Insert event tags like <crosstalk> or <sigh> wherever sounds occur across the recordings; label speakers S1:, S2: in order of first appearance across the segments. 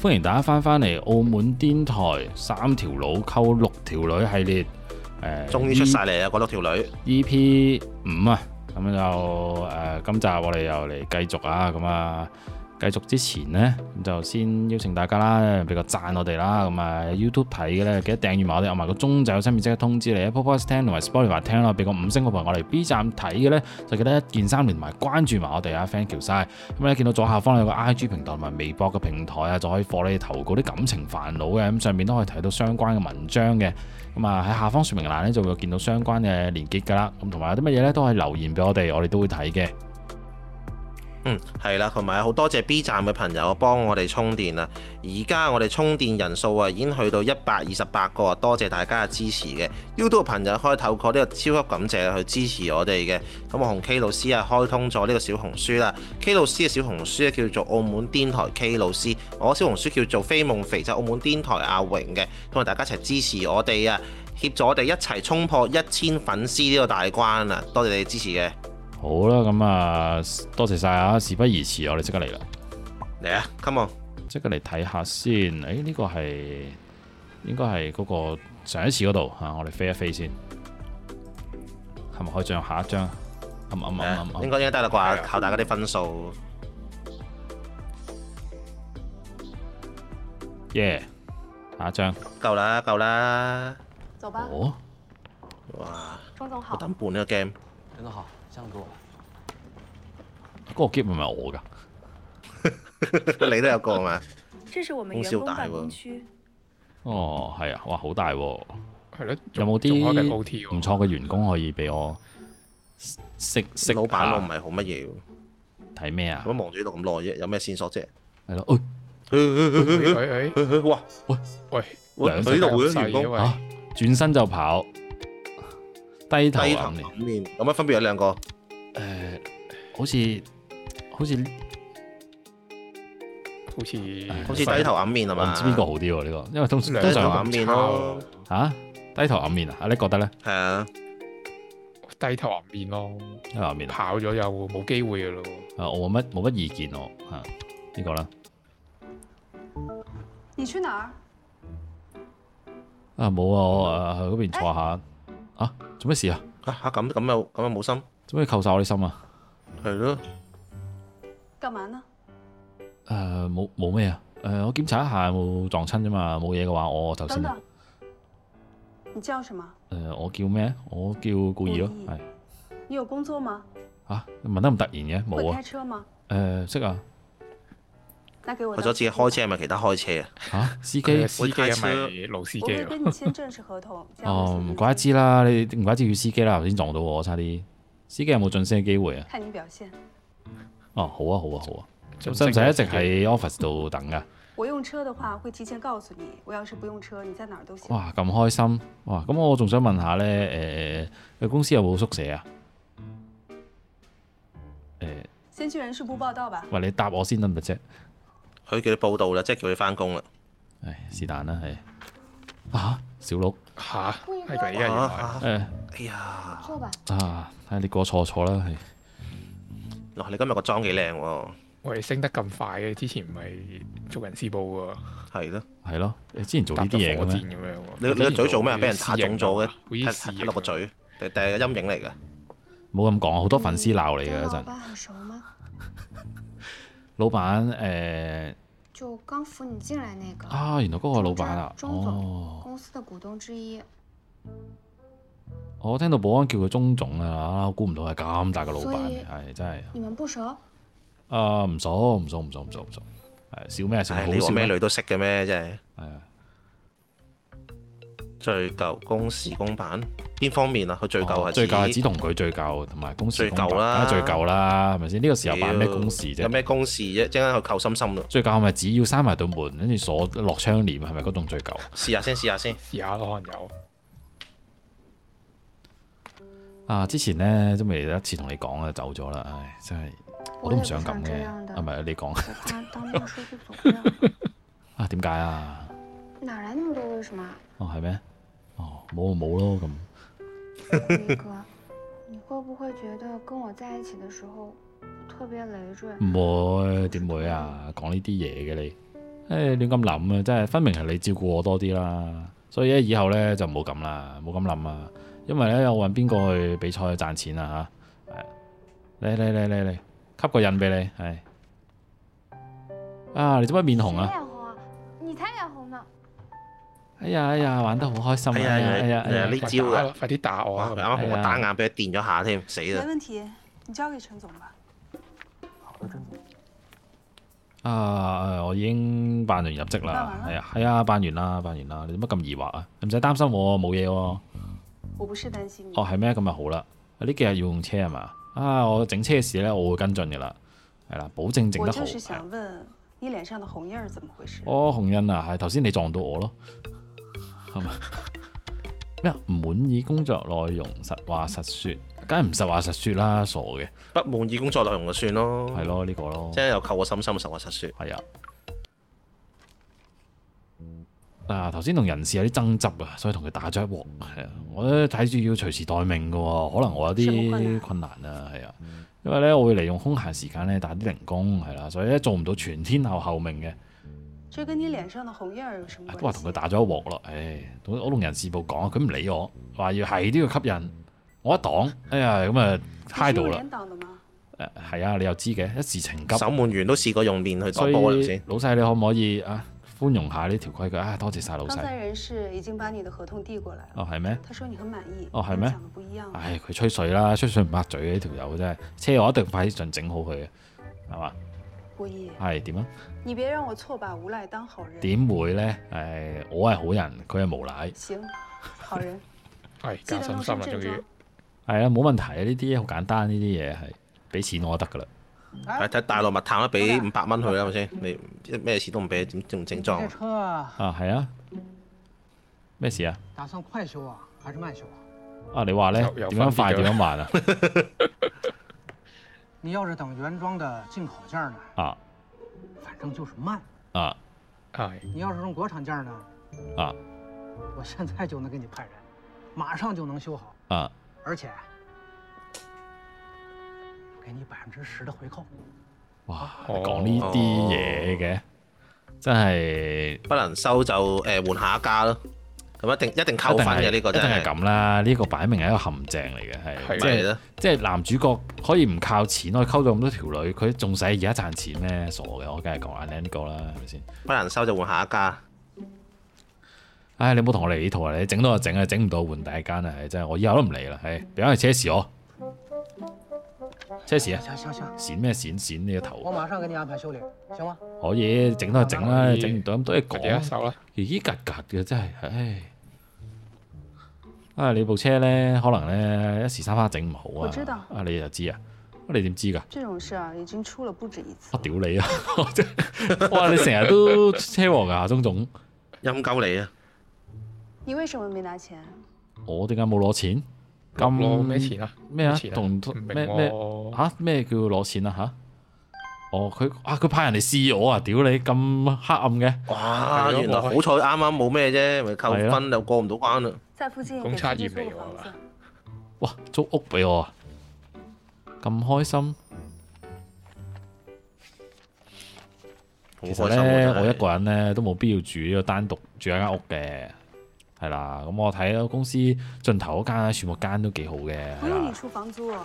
S1: 歡迎大家翻返嚟澳門癲台三條佬溝六條女系列，誒、
S2: 終於出晒嚟啦！啊嗰六條女
S1: E.P. E 五啊，咁就誒、呃今集我哋又嚟繼續啊，咁啊繼續之前呢，咁就先邀請大家啦，俾個讚我哋啦，咁啊 YouTube 睇嘅咧，記得訂閱埋我哋，按埋個鐘就有新片即刻通知你。Apple Podcast 聽同埋 Spotify 聽啦，俾個五星好評我哋。B 站睇嘅咧就記得一鍵三連同埋關注埋我哋啊，thank you 晒。咁咧見到左下方有個 I.G 平台同埋微博嘅平台啊，就可以幫你哋投稿啲感情煩惱嘅，咁上面都可以睇到相關嘅文章嘅。咁啊喺下方說明欄咧就會見到相關嘅連結㗎啦。咁同埋有啲乜嘢咧都可以留言俾我哋，我哋都會睇嘅。
S2: 嗯，係啦，同埋好多謝 B 站嘅朋友幫我哋充電啊！而家我哋充電人數啊已經去到一百二十八個啊，多謝大家嘅支持嘅。YouTube 嘅朋友可以透過呢個超級感謝去支持我哋嘅。咁我同 K 老師啊開通咗呢個小紅書啦，K 老師嘅小紅書咧叫做澳門癲台 K 老師，我小紅書叫做飛夢肥仔澳門癲台阿榮嘅，同埋大家一齊支持我哋啊，協助我哋一齊衝破一千粉絲呢個大關啊！多謝你哋支持嘅，
S1: 好啦，咁啊，多謝晒啊！事不宜遲，我哋即刻嚟啦，
S2: 嚟啊，come on！
S1: 即刻嚟睇下先。誒、呢、個係應該係嗰個上一次嗰度啊嚇，我哋飛一飛先。係咪可以進入下一張？暗暗暗暗
S2: 應
S1: 暗。
S2: 該應該得啦
S3: 係
S2: 啩，
S3: 啊
S2: 靠大家啲分數。
S1: 耶！下一張。
S2: 夠啦，夠啦！
S4: 走吧，
S1: 哦，
S2: 哇，
S4: 钟总好
S2: 我。等半呢個 game，
S5: 真的好，这样给我吧。
S1: 嗰、個 gift 唔係我㗎。
S2: 你都有個嘛？
S4: 这是我们
S2: 公司
S4: 员
S2: 好
S4: 工
S2: 大
S4: 办
S2: 喎
S4: 公区，
S1: 哦，係啊，哇，好大喎、
S3: 係咯，
S1: 有冇
S3: 仲開緊
S1: 啲
S3: OT 喎
S1: 唔錯嘅員
S3: <laughs>
S1: 工可以俾我識識
S2: 老闆我唔
S1: 下
S2: 係好乜嘢喎，
S1: 睇咩啊
S2: 咁？樣望住呢度咁耐啫，有咩線索啫？
S1: 係咯，哦
S3: 喂喂
S2: 佢佢哇，
S3: 喂，
S2: 喂
S1: 兩隻
S2: 佢呢度
S3: 咁
S2: 嘅
S3: 細
S2: 員
S3: 嘅
S2: 工
S1: 哎、
S3: 喂，
S1: 啊，轉身就跑，低頭
S2: 低頭
S1: 暗
S2: 暗面，咁樣分別有兩個，
S1: 誒、好似好似唔
S3: 好似
S2: 好似低頭暗面係嘛？
S1: 知邊個好啲喎？呢個，因為通通
S3: 兩
S2: 低頭
S1: 常
S2: 暗面咯，
S1: 嚇、低頭暗面啊，你覺得咧？
S2: 係啊，
S3: 低頭暗面咯，
S1: 低頭暗面啊，
S3: 跑咗又冇機會嘅咯喎，
S1: 啊我冇乜冇乜意見我嚇呢、個啦，
S4: 你去哪儿？
S1: 啊冇啊，我啊去嗰邊坐下啊，做咩事啊？
S2: 嚇嚇咁咁又咁又冇心，
S1: 做咩扣晒我啲心啊？
S2: 係咯，
S4: 干嘛呢？
S1: 誒冇冇咩啊？誒、我檢查一下有冇撞親啫嘛，冇嘢嘅話我頭先
S4: 等
S1: 誒、
S4: 等，你叫什么？
S1: 呃我叫咩？我叫故意咯，
S4: 故意
S1: 係
S4: 你有工作吗？
S1: 啊問得咁突然嘅冇
S4: 会
S1: 啊
S4: 开？车吗？
S1: 誒識啊
S4: 那给我
S2: 為咗自
S4: 的。
S2: 己開車係咪其他開車啊？
S3: <laughs>
S1: 嚇司
S3: 佢
S1: 機
S3: 嘅。司機係咪老司
S4: 我
S3: 機
S4: 会
S3: 啊？
S4: 跟你签正式合同，加入
S1: 哦，
S4: 信息
S1: 唔怪得知啦，你唔怪得知要司機啦，頭先撞到我，差啲。司機有冇晉升嘅機會啊？
S4: 看你表现。
S1: 哦，好啊，好啊，好啊。
S3: 晉
S1: 使
S3: 升
S1: 唔使一直喺 office 度等噶？
S4: 我用车的话会提前告诉你，我要是不用车，你在哪儿都行。
S1: 哇，咁開心！哇，咁我仲想問下咧，誒、你公司有冇宿舍啊？誒、
S4: 先去人事部报到吧。
S1: 喂，你答我先得唔得啫？
S2: 佢叫你報道啦，即係叫你翻工啦。
S1: 唉，是但啦，係。啊，小鹿，
S3: 嚇係佢
S2: 啊
S3: 啊！
S2: 啊
S1: 誒、
S2: 哎呀，
S6: 坐吧，
S1: 啊，睇下你過錯錯啦，係。
S2: 哇！你今日個妝幾靚喎，
S3: 我哋升得咁快嘅，之前唔係做人事部喎，
S2: 係咯。
S1: 係咯，你之前做
S3: 搭
S1: 呢啲
S3: 咗
S1: 嘢
S3: 火
S1: 嘅
S3: 箭
S1: 咩？
S3: 咁樣喎。
S2: 你你個嘴做咩啊？俾人打中咗嘅，
S3: 好
S2: 睇
S3: 似
S2: 睇睇
S3: 啊試
S2: 落個嘴，定定係陰影嚟嘅。
S1: 冇咁講，好多粉絲鬧你嘅
S6: 嗯跟
S1: 嗰
S6: 老
S1: 陣。
S6: 板很熟吗？
S1: 老闆誒、
S6: 就刚扶你进来那个，
S1: 啊，原來嗰個係老闆啊，
S6: 中總
S1: 哦。
S6: 公司的股东之一，
S1: 我聽到保安叫佢鐘總啊，估唔到係咁大個老闆
S6: 所以
S1: 嚟，係真係
S6: 你们不熟？
S1: 啊唔熟唔熟唔熟唔熟唔熟，係笑咩啊笑？好
S2: 唉，你
S1: 笑
S2: 話
S1: 咩
S2: 咩？女都識嘅咩？真係
S1: 係啊，
S2: 罪疚公事公辦邊方面啊？佢罪疚係
S1: 哦最舊係只同佢最舊，同埋公事公辦
S2: 最舊啦
S1: 梗係最舊啦，係咪先？呢個時候
S2: 屌
S1: 辦咩公事
S2: 有
S1: 啫？
S2: 咩公事啫？即刻佢扣心心咯，
S1: 最舊係咪只要閂埋對門，跟住鎖落窗簾，係咪嗰種最舊？
S2: 試下先，試下先。
S3: 試下咯，可能有。
S1: 啊！之前咧都未一次同你講啊，走咗啦，唉，真係我都唔想咁
S6: 我
S1: 嘅。
S6: 也不
S1: 啊
S6: 想這樣的
S1: 唔係你講
S6: 我怕当面说句总不让。
S1: 啊？點解啊？
S6: <laughs> 哪来那么多为什么啊？
S1: 哦係咩？哦冇就冇咯咁。
S6: 那个，你会不会觉得跟我在一起的时候特别累赘？
S1: 嗯唔會，點會啊？講呢啲嘢嘅你，誒亂咁諗啊，真係分明係你照顧我多啲啦。所以咧以後咧就唔好咁啦，唔好咁諗啊。因為咧我揾邊個去比賽賺錢啊嚇。係嚟嚟嚟嚟嚟，吸個印俾你係。啊！你做乜面紅
S6: 谁
S1: 啊？
S6: 脸红啊？你才脸红呢！
S1: 哎呀哎呀，玩得好開心啊！
S2: 哎呀
S1: 哎呀哎呀哎
S2: 哎呀
S1: 呀
S2: 呢！
S3: 快
S2: 招啊
S3: 打啦快啲打我
S2: 哇！
S3: 啊
S2: 佢
S3: 咁
S2: 啱
S3: 樣！
S2: 啱同我打眼俾佢電咗下添，死
S4: 没
S2: 啦！
S4: 问题，你交给陈总吧。
S1: 啊，誒我已經辦完入職啦，
S4: 辦完
S1: 係啊，係啊，辦完啦，辦完啦，你做乜咁疑惑啊？你唔使擔心我，冇嘢喎。哦，
S4: 我不是担心你，
S1: 係咩？咁咪好啦。呢幾日要用車係嘛？啊，我整車嘅事咧，我會跟進嘅啦，係啦，保證整
S4: 我
S1: 得好啊
S4: 就。是想問你臉上的紅印儿怎麼回事？
S1: 哦，紅印啊，係頭先你撞到我咯，係咪？咩啊唔滿意工作內容，實話實説，梗係唔實話實説啦，傻嘅，
S2: 不滿意工作內容就算咯，
S1: 係，咯呢個咯
S2: 即。係又扣我心心，實話實説。
S1: 係啊。啊！頭先同人事有啲爭執啊，所以同佢打咗一鑊。係啊，我咧睇住要隨時待命嘅喎，可能我有啲困難啊，係啊，因為咧我會利用空閒時間咧打啲零工，係啦，所以咧做唔到全天候候命嘅，
S4: 這跟你臉上的紅印儿有什麼
S1: 都
S4: 關係？
S1: 話同佢打咗一鑊咯。唉，我我同人事部講，佢唔理我，話要係都要吸引我一擋，哎呀咁啊嗨
S4: 你
S1: 到
S4: 是用
S1: 啦。
S4: 臉擋的嗎？
S1: 誒係啊，你又知嘅，一時情急。
S2: 守門員都試過用面去
S1: 所
S2: 擋
S1: 以
S2: 波啦，頭先。
S1: 老細你可唔可以啊寬容下呢條規矩啊？多謝晒老
S4: 剛
S1: 細。
S4: 才人事已經把你的合同遞過來了，
S1: 哦，係咩？
S4: 他說你很滿意。
S1: 哦係
S4: 跟
S1: 咩
S4: 你想的不一樣啊。
S1: 唉，佢吹水啦， <laughs> 吹水唔抹嘴嘅呢條友真係，車我一定快啲盡整好佢嘅，係嘛？
S4: 郭毅，
S1: 係點啊？
S4: 你別讓我錯把無賴當好人。
S1: 點會呢？唉，我係好人，佢係無賴，
S4: 行，好人，
S3: 係
S4: 記
S3: 加
S4: 得
S3: 信
S4: 弄
S3: 心
S4: 成
S3: 啦，
S4: 正
S3: 終
S4: 裝
S3: 於。
S1: 係啊，冇問題啊，呢啲嘢好簡單，呢啲嘢係俾錢我就得噶啦。
S5: 哎
S2: 睇，睇大陸密探都俾五百蚊佢啦，係咪先？你咩事都唔俾，點正正裝
S5: 这？车啊
S1: 啊，係啊，咩事啊？
S5: 打算快修啊，还是慢修啊？
S1: 啊，你話呢？點
S3: 有有
S1: 樣快
S3: 分別
S1: 點
S3: 㗎
S1: 樣慢
S3: <laughs>
S1: 啊？
S5: 你要是等原装的进口件呢，
S1: 啊
S5: 反正就是慢；
S1: 啊
S3: 係
S5: 你要是用国产件呢，
S1: 啊
S5: 我现在就能给你派人，马上就能修好，
S1: 啊！
S5: 而且给你百分之十的回扣。
S1: 哇，
S3: 哦
S1: 講呢啲嘢嘅，真係
S2: 不能收就誒換下一家咯。咁一定一定
S1: 一
S2: 扣
S1: 定
S2: 分嘅
S1: 係
S2: 呢個
S1: 一定
S2: 真
S1: 係
S2: 係。
S1: 咁啦，呢個擺明係一個陷阱嚟嘅，係
S3: 係
S1: 即
S2: 咪
S1: 係
S2: 咧？
S1: 即係男主角可以唔靠錢可以溝到咁多條女，佢仲使而家賺錢咩？傻嘅，我梗係講阿靚呢個啦，係咪先？
S2: 不能收就換下一家。
S1: 唉，你唔好同我嚟呢套啊！你整到就整啊，整唔到換第一間啊！唉真係我以後都唔嚟啦，係俾翻車匙我，車匙啊，
S5: 行行行，
S1: 閃咩閃閃你個
S5: 我
S1: 頭，
S5: 马上给你安排修理，行吗？
S1: 可以整到就整啦，
S3: 可以
S1: 整唔到咁多嘢
S3: 佢哋一
S1: 講，
S3: 手啦，
S1: 咦咦格格嘅真係，唉。啊！你部車咧，可能咧一時三刻整唔好啊！
S4: 我知道
S1: 啊，你就知啊？啊你點知㗎？
S4: 這種事啊，已經出了不止一次
S1: 我。屌你啊！ <laughs> 我真係哇！你成日都車禍㗎，夏中總。
S2: 陰鳩你啊！
S4: 你為什麼沒拿錢？
S1: 我點解冇攞錢？咁
S3: 攞咩錢啊？
S1: 咩啊
S3: 咩？錢啊
S1: 同
S3: 唔明
S1: 咩咩
S3: 喎
S1: 嚇咩叫攞錢啊？嚇！哦，佢啊佢派人嚟試我啊！屌你咁黑暗嘅，
S2: 哇！
S3: 係咯
S2: 原來好
S3: 我
S2: 彩
S3: 係
S2: 啱啱冇咩啫，咪扣
S1: 係咯
S2: 分就過唔到關啦。
S4: 在附近
S3: 公
S4: 給
S3: 差
S4: 司
S3: 業
S4: 機
S3: 嚟
S4: 租
S3: 㗎
S4: 個房子。
S1: 哇！租屋俾我啊！咁開心，
S2: 好
S1: 其
S2: 開
S1: 實
S2: 心
S1: 咧
S2: 喎
S1: 我一個人咧都冇必要住呢個單獨住一間屋嘅，係啦。咁我睇到公司盡頭嗰間樹木間都幾好嘅，
S4: 不
S1: 係
S4: 用
S1: 啦
S4: 你。出房租哦，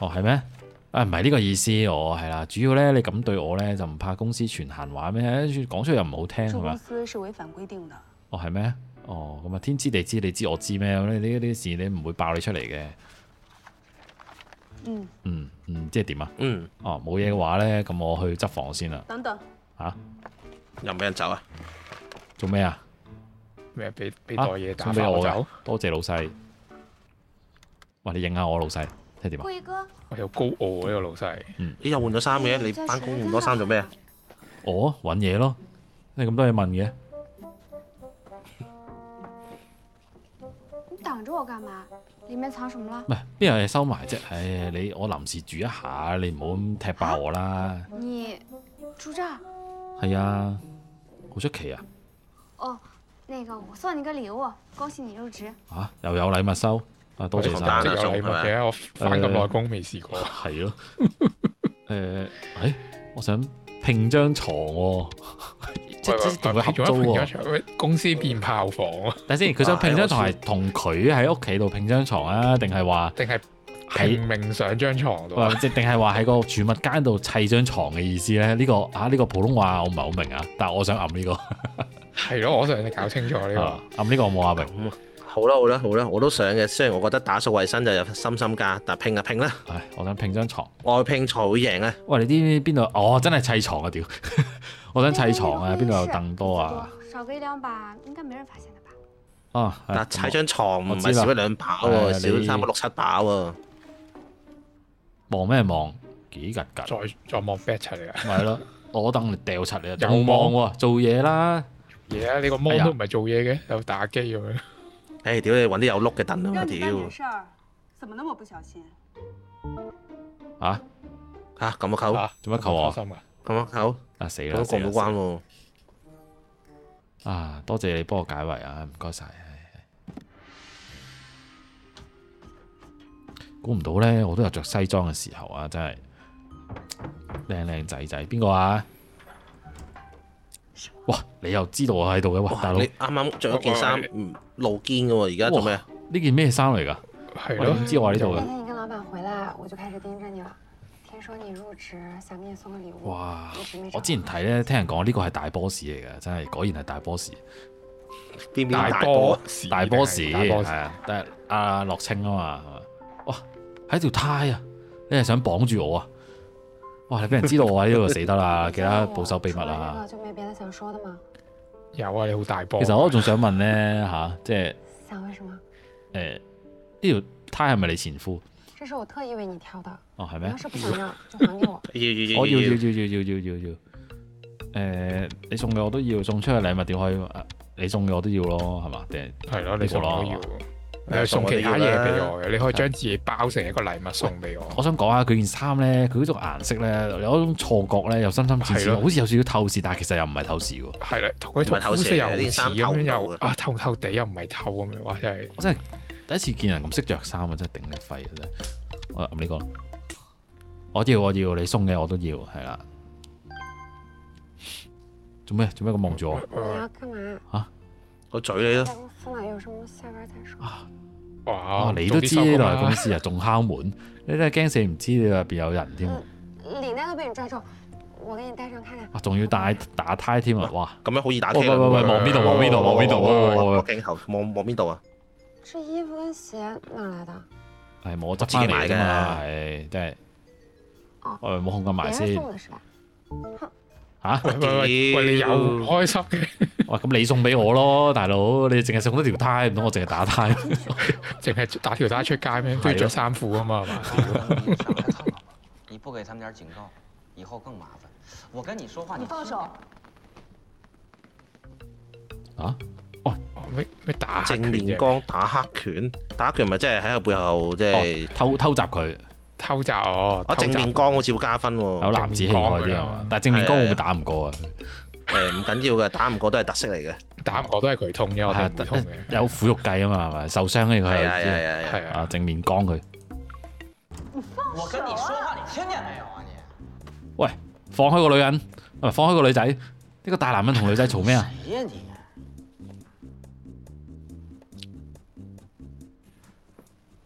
S1: 哦，係咩？啊，唔係呢個意思，我係啦，主要咧你咁對我咧就唔怕公司傳閒話咩？講出去又唔好聽係
S4: 住公
S1: 嘛？
S4: 司是違反規定的。
S1: 哦，係咩？哦，咁啊，天知地知，你知我知咩？咁呢呢啲事你唔會爆你出嚟嘅。
S4: 嗯，
S1: 嗯嗯，即係點啊？
S2: 嗯，
S1: 哦，冇嘢嘅話咧，咁我去執房先啦。
S4: 等等，
S1: 嚇、
S2: 又唔俾人走啊！
S1: 做咩啊？
S3: 咩俾俾袋
S1: 啊
S3: 嘢打
S1: 送俾
S3: 發
S1: 我
S3: 我
S1: 嘅
S3: 走，，
S1: 多謝老細。哇！你應下我老細，睇點啊
S6: 顾？一哥，
S3: 我有高傲啊呢個老細。
S2: 咦？又換咗衫嘅？
S6: 哎呀
S2: 你
S6: 真
S2: 翻
S6: 是
S2: 工
S6: 的
S2: 換多衫做咩啊？
S1: 哦，揾嘢咯，你咁多嘢問嘅。
S6: 你挡着我干嘛？里面藏什么了？
S1: 唔係邊有嘢收埋啫？唉，你我臨時住一下，你唔好咁踢爆我啦。
S6: 你住这儿？
S1: 係啊，好出奇啊！
S6: 哦，那个，我送你个礼物，恭喜你入职。
S1: 嚇、又有禮物收啊！多謝
S2: 我哋
S1: 晒哦
S2: 單。
S3: 即係有
S2: 送
S3: 禮
S2: 係
S3: 物
S2: 咪
S3: 嘅，我
S1: <laughs>
S3: 翻咁耐工未試過。
S1: 係咯。誒、誒，我想拼張床喎，即即同佢合租啊喎。
S3: 喎。公司變炮房啊，
S1: 等先，佢想拼張床係同佢喺屋企度拼張床啊，定係話
S3: <laughs> 定係
S1: 喺
S3: 拼命上張床度啊？
S1: <laughs> 或者定係話喺個儲物間度砌張床嘅意思咧？呢、個啊呢、個普通話我唔係好明啊，但係我想暗呢、個
S3: 係咯，我想你搞清楚呢
S1: 啊
S3: 個。
S1: 暗呢個我冇阿明
S2: 好啦好啦好啦，我都想嘅。雖然我覺得打掃衞生就有心心家，但拼啊拼啦，
S1: 唉，我想拼張床。
S2: 愛拼才會贏啊！
S1: 喂，你知唔知邊度？哦，真係砌床啊！屌， <laughs> 我想砌床
S6: <laughs> 哎
S1: 啊，邊度有凳多啊？
S6: 是？少个一两把，应该没人发现的吧？
S1: 啊，係
S2: 但砌張床
S1: 我
S2: 唔
S1: 知
S2: 係
S1: 啦
S2: 少一兩把
S1: 係啊
S2: 喎，
S1: 你
S2: 少三個六七把喎。
S1: 望咩望？幾日㗎？
S3: 再再望 bet 出嚟啊！
S1: 咪係咯，攞凳嚟掉柒你啊！
S3: 有
S1: 仲望喎，做嘢啦。
S3: 而家你個
S1: 哎
S3: mon 都唔係做嘢嘅，有打機咁樣。
S2: 唉，屌你揾啲有碌嘅凳啊嘛，
S4: 让你
S2: 屌
S4: 办点事儿，怎么那么不小心？
S1: 啊，
S2: 嚇咁啊扣
S3: 啊
S1: 做乜扣我
S3: 咁開心啊！
S2: 咁啊扣，
S1: 啊死
S2: 我
S1: 啦！
S2: 都
S1: 死
S2: 過唔到
S1: 啦
S2: 關喎。
S1: 啊！多謝你幫我解圍啊，唔該晒。唉估唔到咧，我都有着西裝嘅時候啊，真係靚靚仔仔。邊個啊？哇！你又知道我喺度嘅，喂，
S2: 哇！
S1: 大佬
S2: 你啱啱着咗件衫
S3: 喂，
S2: 嗯露肩嘅喎，而家做咩啊？
S1: 呢件咩衫嚟㗎？
S3: 係
S1: 我唔知我喺呢度啊嘅。
S6: 那天你跟老板回来，我就开始盯着你了。听说你入职，想给你送个礼物。
S1: 哇
S6: 一直没！找
S1: 我之前睇咧，聽人講呢個係大 boss 嚟嘅，真係果然係大 boss。
S2: 邊邊
S3: 大
S2: 大波
S3: 波？士
S1: 大 boss
S3: 定係大波
S1: 係
S3: 士
S1: 啊，但係阿樂清啊嘛，係嘛哇，喺條呔啊，你係想綁住我啊？哇，你俾人知道我喺呢度死得啦， <laughs> 記得保守秘密
S6: 了
S1: 啊！
S6: 就没别的想说的吗？
S3: 有啊，你好大波。
S1: 其實我仲想問 <laughs> 咧吓，即係
S6: 想问什么？
S1: 誒呢條呔係咪你前夫？
S6: 这是我特意为你挑的，
S1: 哦，係啊
S6: 你
S1: 咩
S6: 要？是不想要，就还给
S1: <laughs>
S6: 我。
S2: 要要
S1: 我要
S2: 要
S1: 要
S2: 要
S1: 要！要要要要要。誒，你送嘅我都要，送出去禮物點可以？啊你送嘅我都要咯，係嘛？定係
S3: 係咯，你送我要，你
S2: 要
S3: 係送其他嘢俾我嘅，你可以將自己包成一個禮物送俾我。
S1: 我想講下佢件衫咧，佢嗰種顏色咧，有一種錯覺咧，又深深淺
S3: 係
S1: 淺，
S3: 咯
S1: 好似有少少透視，但係其實又唔係透視喎。
S3: 係啦，同佢
S2: 唔
S3: 同
S2: 係透
S3: 膚
S2: 視
S3: 色又
S2: 嚟嘅
S3: 好
S2: 啲
S3: 似
S2: 衫
S3: 咁
S2: 透
S3: 樣
S2: 唔
S3: 又
S2: 到嘅
S3: 啊透透地又唔係透咁樣，哇！真係
S1: 我真係第一次見人咁識着衫啊，真係頂你肺啊！真係，我暗呢個，我要我要你送嘅我都要，係啦。做咩做咩咁望住我？
S6: 你要干嘛？
S2: 我嘴你咯，
S6: 在公司呢，有什么下班再说。
S1: 啊
S3: 哇！
S1: 你都知呢度係公
S3: 啦，
S1: 司啊，仲敲門，你真係驚死唔知你入邊有人添啊！
S6: 领带都被你拽住，我给你戴上看看。
S1: 仲要帶打呔添啊！哇！
S2: 咁樣好易打
S1: 喂
S2: 機
S1: 喂喂喂，望邊度望邊度望邊度？喂喂
S2: 望
S1: 喂
S2: 鏡頭，望望邊度啊？
S6: 这衣服跟鞋哪来的？
S1: 喂，係冇我執翻嚟㗎嘛，係真係。喂，冇控咁
S6: 别
S1: 埋
S6: 人
S1: 先
S6: 送的是吧？
S1: 嚇！
S3: 喂喂 <laughs> 喂喂，你有唔開心嘅，
S1: 哇，咁你送俾我咯，大佬，你淨係送得條呔，唔通我淨係打呔？
S3: 淨係打條帶出街咩？都要着衫褲啊嘛，係嘛？
S7: 你不给他们点警告，以后更麻烦。我跟你说话，
S4: 你放手！
S1: 啊？
S3: 哦咩咩打
S2: 正
S3: 拳
S2: 面
S3: 啫
S2: 光打黑拳，打拳咪即係喺佢背後即係
S1: 哦，偷偷襲佢。
S3: 偷襲我，
S2: 啊
S3: 偷襲
S2: 正面光啊好似會加分喎。
S1: 有男子氣概啲係嘛？但係正面光會唔會打唔過啊？
S2: 誒唔緊要嘅，打唔過都係特色嚟嘅。
S3: 打我都係佢痛嘅，
S2: 啊
S3: 我哋唔會
S1: <laughs>
S3: 痛
S1: 係
S3: 嘅。
S1: 有苦肉計啊嘛，係咪？啊受傷跟住佢
S2: 係啊
S1: 又
S2: 係啊
S1: 知
S2: 係啊係啊！
S3: 係
S1: 啊，
S3: 啊，
S1: 正面光佢。
S7: 我跟你说话，你听见没有啊你？
S1: 喂，放開個女人，唔係放開個女仔。呢個大男人同女仔嘈咩啊？
S7: 谁呀你？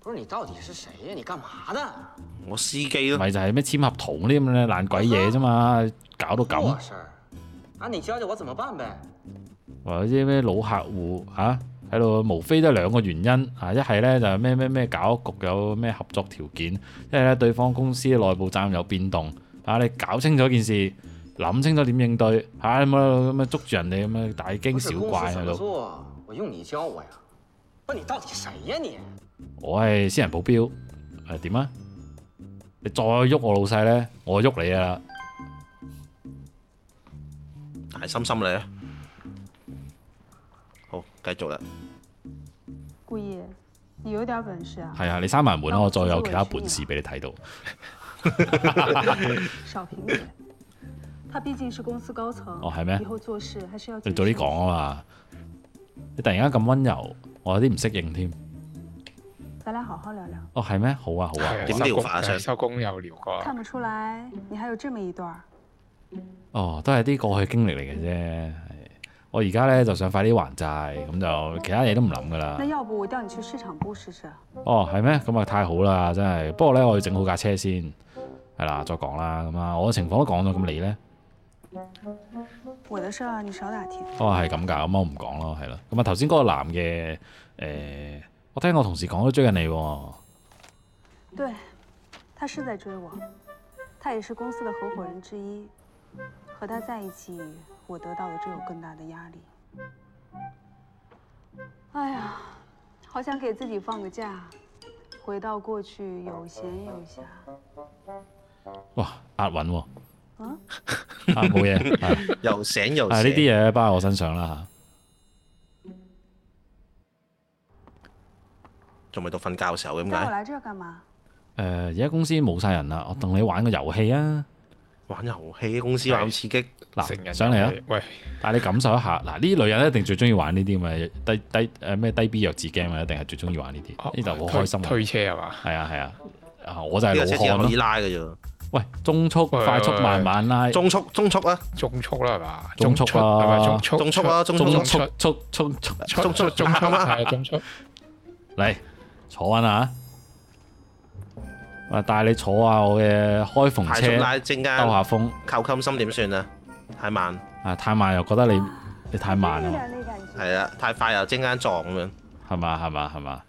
S7: 不是你到底是谁呀？你干嘛呢？
S2: 我司機咯，
S1: 咪就係咩簽合同嗰啲咁嘅爛鬼嘢啫嘛，搞到
S7: 我
S1: 咁。
S7: 事儿，啊，你教教我怎么辦呗。
S1: 或者啲咩老客户嚇喺度，無非都係兩個原因啊，一係咧就係咩咩咩搞局有咩合作條件，一係咧對方公司內部責任有變動啊，你搞清楚件事，諗清楚點應對嚇，咁啊咁啊捉住人哋咁啊大驚
S7: 不是
S1: 小
S7: 公
S1: 怪
S7: 司怎
S1: 喺
S7: 么
S1: 度。
S7: 做，我用你教我呀。不是你到底谁哎呀你？
S1: 我係私人保鏢，誒點啊？你再喐我老細咧，我喐你啊！
S2: 大心心嚟啊！好，繼續啦。
S4: 顾意，你有点本事啊，
S1: 係啊，你閂埋門啦，我再啊有其他本事俾你睇到。
S4: 少贫嘴。他毕竟是公司高层，
S1: 哦係咩
S4: 以后做事还是要
S1: 你
S4: 谨
S1: 早啲
S4: 慎。
S1: 講啊嘛！你突然間咁温柔，我有啲唔適應添。
S4: 咱俩好好聊聊。
S1: 哦，係咩？好啊，好啊。
S3: 係啊
S2: 點
S3: 收
S2: 療
S3: 工
S2: 法啊
S3: 係
S2: 上
S3: 收工又聊過，
S4: 看不出来，你还有这么一段儿。
S1: 哦，都係啲過去經歷嚟嘅啫。係我而家咧就想快啲還債，咁就其他嘢都唔諗噶啦
S4: 那。要不我调你去市场部试试？
S1: 哦，係咩？咁啊太好啦，真係。不過咧，我要整好架車先，係啦，再講啦。咁啊，我嘅情況都講咗，咁你咧？
S4: 我的事儿啊你少打听。
S1: 哦，係咁㗎，咁我唔講咯，係啦。咁啊，頭先嗰個男嘅，誒、我聽我同事講咗追緊你喎。
S4: 对，他是在追我，他也是公司的合伙人之一，和他在一起，我得到的只有更大的压力。哎呀，好想给自己放个假，回到过去有闲有暇。
S1: 哇，押韻喎，
S4: 啊，
S1: <laughs> 啊冇嘢，係
S2: 又醒又
S1: 啊呢
S2: 醒
S1: 啲嘢包喺我身上啦
S2: 仲未到瞓覺時候咁
S4: 带我
S2: 解？
S4: 来这儿干嘛？
S1: 嚇。誒而家公司冇晒人啦，我同你玩個遊戲啊！
S2: 玩遊戲公司玩咁刺激，
S3: 成
S1: 嗱，
S3: 人
S1: 上嚟啊
S3: 遊！戲！喂，
S1: 但係你感受一下，嗱呢啲女人一定最中意玩呢啲咁嘅低低誒咩低 B 弱智 game 啊，一定係最中意玩呢
S3: 哦
S1: 啲，呢度好開心啊！
S3: 推推車係嘛？
S1: 係啊係啊，啊我就係
S2: 呢
S1: 老
S2: 個車只
S1: 漢
S2: 可以
S1: 咯。
S2: 拉嘅啫。
S1: 喂，中速、
S3: 喂
S1: 快速、
S3: 喂
S1: 慢慢拉，
S2: 中速中速啊，
S1: 嗯
S3: 中速啦係嘛？
S1: 中速啊
S3: 係咪中速？
S2: 中速啊，中
S1: 中速、
S2: 速
S3: 中
S1: 速、速、速、速，
S3: 出，
S2: 中
S3: 中
S2: 速
S3: 速中速
S2: 啱啊
S3: 係啊中速。
S1: 嚟坐穩啊！啊，帶你坐下我嘅開篷
S2: 快速
S1: 車，
S2: 拉陣
S1: 兜
S2: 間
S1: 下風。
S2: 扣襟心點算啊？太慢，
S1: 啊，太慢又覺得你你太慢
S6: 一
S1: 啊，
S6: 點的感觉。
S2: 係啊，太快又陣間撞咁樣。
S1: 係嘛係嘛係嘛？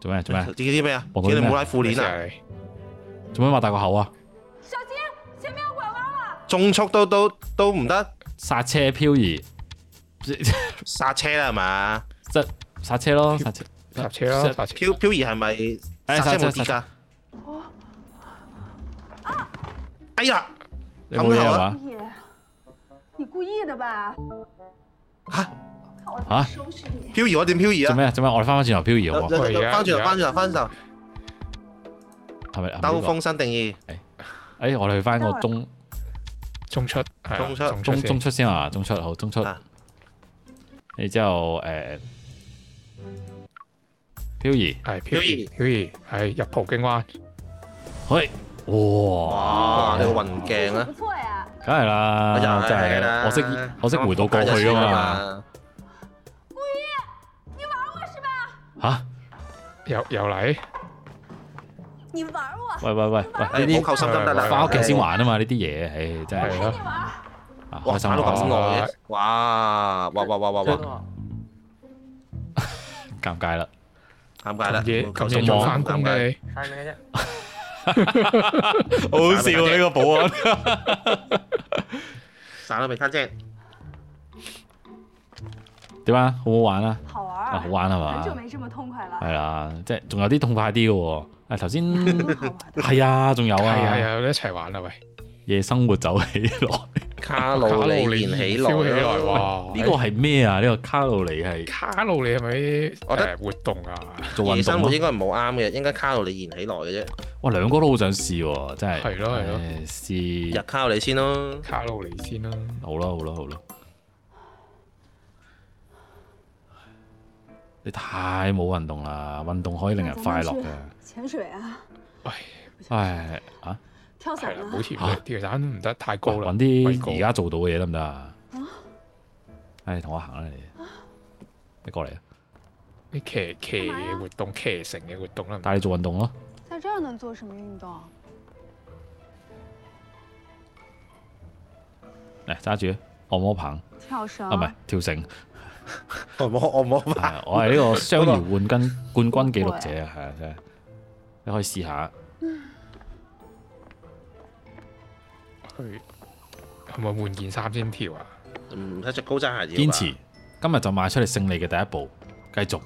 S1: 做咩做咩
S2: 呢啲咩啊？
S1: 我
S2: 叫
S1: 覺得
S2: 你
S1: 咩啊
S2: 唔好拉褲鏈啊！
S3: 係
S1: 做咩擘大個口啊？
S4: 小心，前面有拐弯！
S2: 中速都都都唔得，
S1: 剎車漂移，
S2: 剎車啦係嘛？
S1: 即 <laughs> 剎車咯，剎車
S3: 搭車啦，搭車
S2: 漂。漂移係咪剎車冇
S1: 剎
S2: 跌㗎？哎呀，
S1: 你冇嘢係
S2: 咁
S1: 嘛？
S4: 爷，你故意的吧？
S1: 啊嚇
S6: 收拾你。
S2: 漂移我點漂移
S1: 做
S2: 啊？
S1: 咩啊哎做咩？我哋翻返轉頭漂移好
S2: 有
S1: 唔好
S2: 有？
S3: 喂
S2: 有翻
S3: 而家
S2: 轉頭，
S3: 而家
S2: 翻轉頭，翻轉頭，
S1: 係咪係咪呢個
S2: 兜風新定義。
S1: 誒，我哋去翻個中
S3: 中出，係啊
S2: 中出
S3: 中出
S1: 中
S3: 先
S1: 中出先啊，中出好中出
S2: 啊。
S1: 你之後誒漂移，
S3: 係漂移，漂移係入葡京灣，
S1: 嘿，
S2: 哇！
S1: 哇！
S2: 你個運鏡啊！
S4: 不错呀，
S1: 梗係啦，
S2: 又係
S1: 真
S2: 啦
S1: 係我識我識回到過去哎啊嘛嚇！
S3: 又又嚟，
S4: 你玩我，
S1: 喂喂喂 <laughs>
S2: 哎
S1: 喂，
S2: 唔
S1: 呢
S2: 好扣
S1: 啲
S2: 心得唔得啦，
S1: 翻屋企先玩啊嘛，呢啲嘢，唉，真
S3: 係
S1: 係
S3: 咯，
S4: 玩。
S1: 啊
S2: 哇！
S1: 開心
S2: 玩到
S1: 開
S2: 咁
S3: 耐
S1: 心，
S2: 耐嘅，哇！哇哇哇哇哇！
S1: 尷尬啦。
S2: 尷尬啦
S3: 咁，夜咁夜
S1: 中
S3: 仲
S1: 網
S3: 翻工嘅你，
S5: 看那个
S1: 好好笑啊！呢個保安。
S2: 散啦，未卡姐，
S1: 點啊？好唔好玩啊？
S4: 好玩
S1: 啊，哎
S4: 儿，
S1: 好玩係
S4: 很久
S1: 嘛？
S4: 沒這麼痛快了，
S1: 係啦，即係仲有啲痛快啲嘅喎。啊，頭先
S4: 多好玩啊！
S1: 係啊，仲有
S3: 係啊係
S1: 啊，
S3: 啊，一齊玩啦喂，
S1: 夜生活走起來。
S2: 卡
S3: 卡
S2: 路
S3: 路
S2: 里
S3: 里
S2: 連起來
S3: 燒起來
S2: 咯，
S3: 喎，
S1: 呢個係咩啊？呢個卡路里係
S3: 卡路里係咪
S2: 我覺
S3: 誒
S2: 得
S3: 活動啊？
S1: 做
S2: 夜
S1: 運
S2: 生
S1: 動
S2: 活
S1: 咯
S2: 應該唔好啱嘅，應該卡路里燃起來嘅啫，
S1: 哇，兩個都好想試喎，真係。
S3: 係咯係咯
S1: 唉
S2: 入
S1: 試
S2: 卡路里先咯。
S3: 卡路里先啦，
S1: 好咯好咯好咯。你太冇運動啦，運動可以令人快樂嘅。
S4: 潛水啊，
S3: 喂，
S1: 唉啊，
S4: 跳
S3: 係
S4: 傘
S3: 啦，
S4: 啊
S3: 冇，跳啦跳傘唔得太高啦，
S1: 揾
S3: 畏高
S1: 啲而家做到嘅嘢得唔得啊？唉，同我行啦你，你過嚟啊，
S3: 啲騎騎嘅活動、騎乘嘅活動啦，
S1: 帶你做運動咯。
S4: 在這兒能做什麼運動？
S1: 嚟揸住按摩棒
S4: 跳繩
S1: 啊，唔係跳繩。
S2: 我摸我摸
S1: 係
S2: 吧，
S1: 啊我係呢個雙搖冠軍冠軍紀錄者啊，係啊啊真係，你可以試下。
S3: 去係咪換件衫先跳啊？
S2: 唔使着高踭鞋。
S1: 堅持，今日就邁出你勝利嘅第一步，繼續。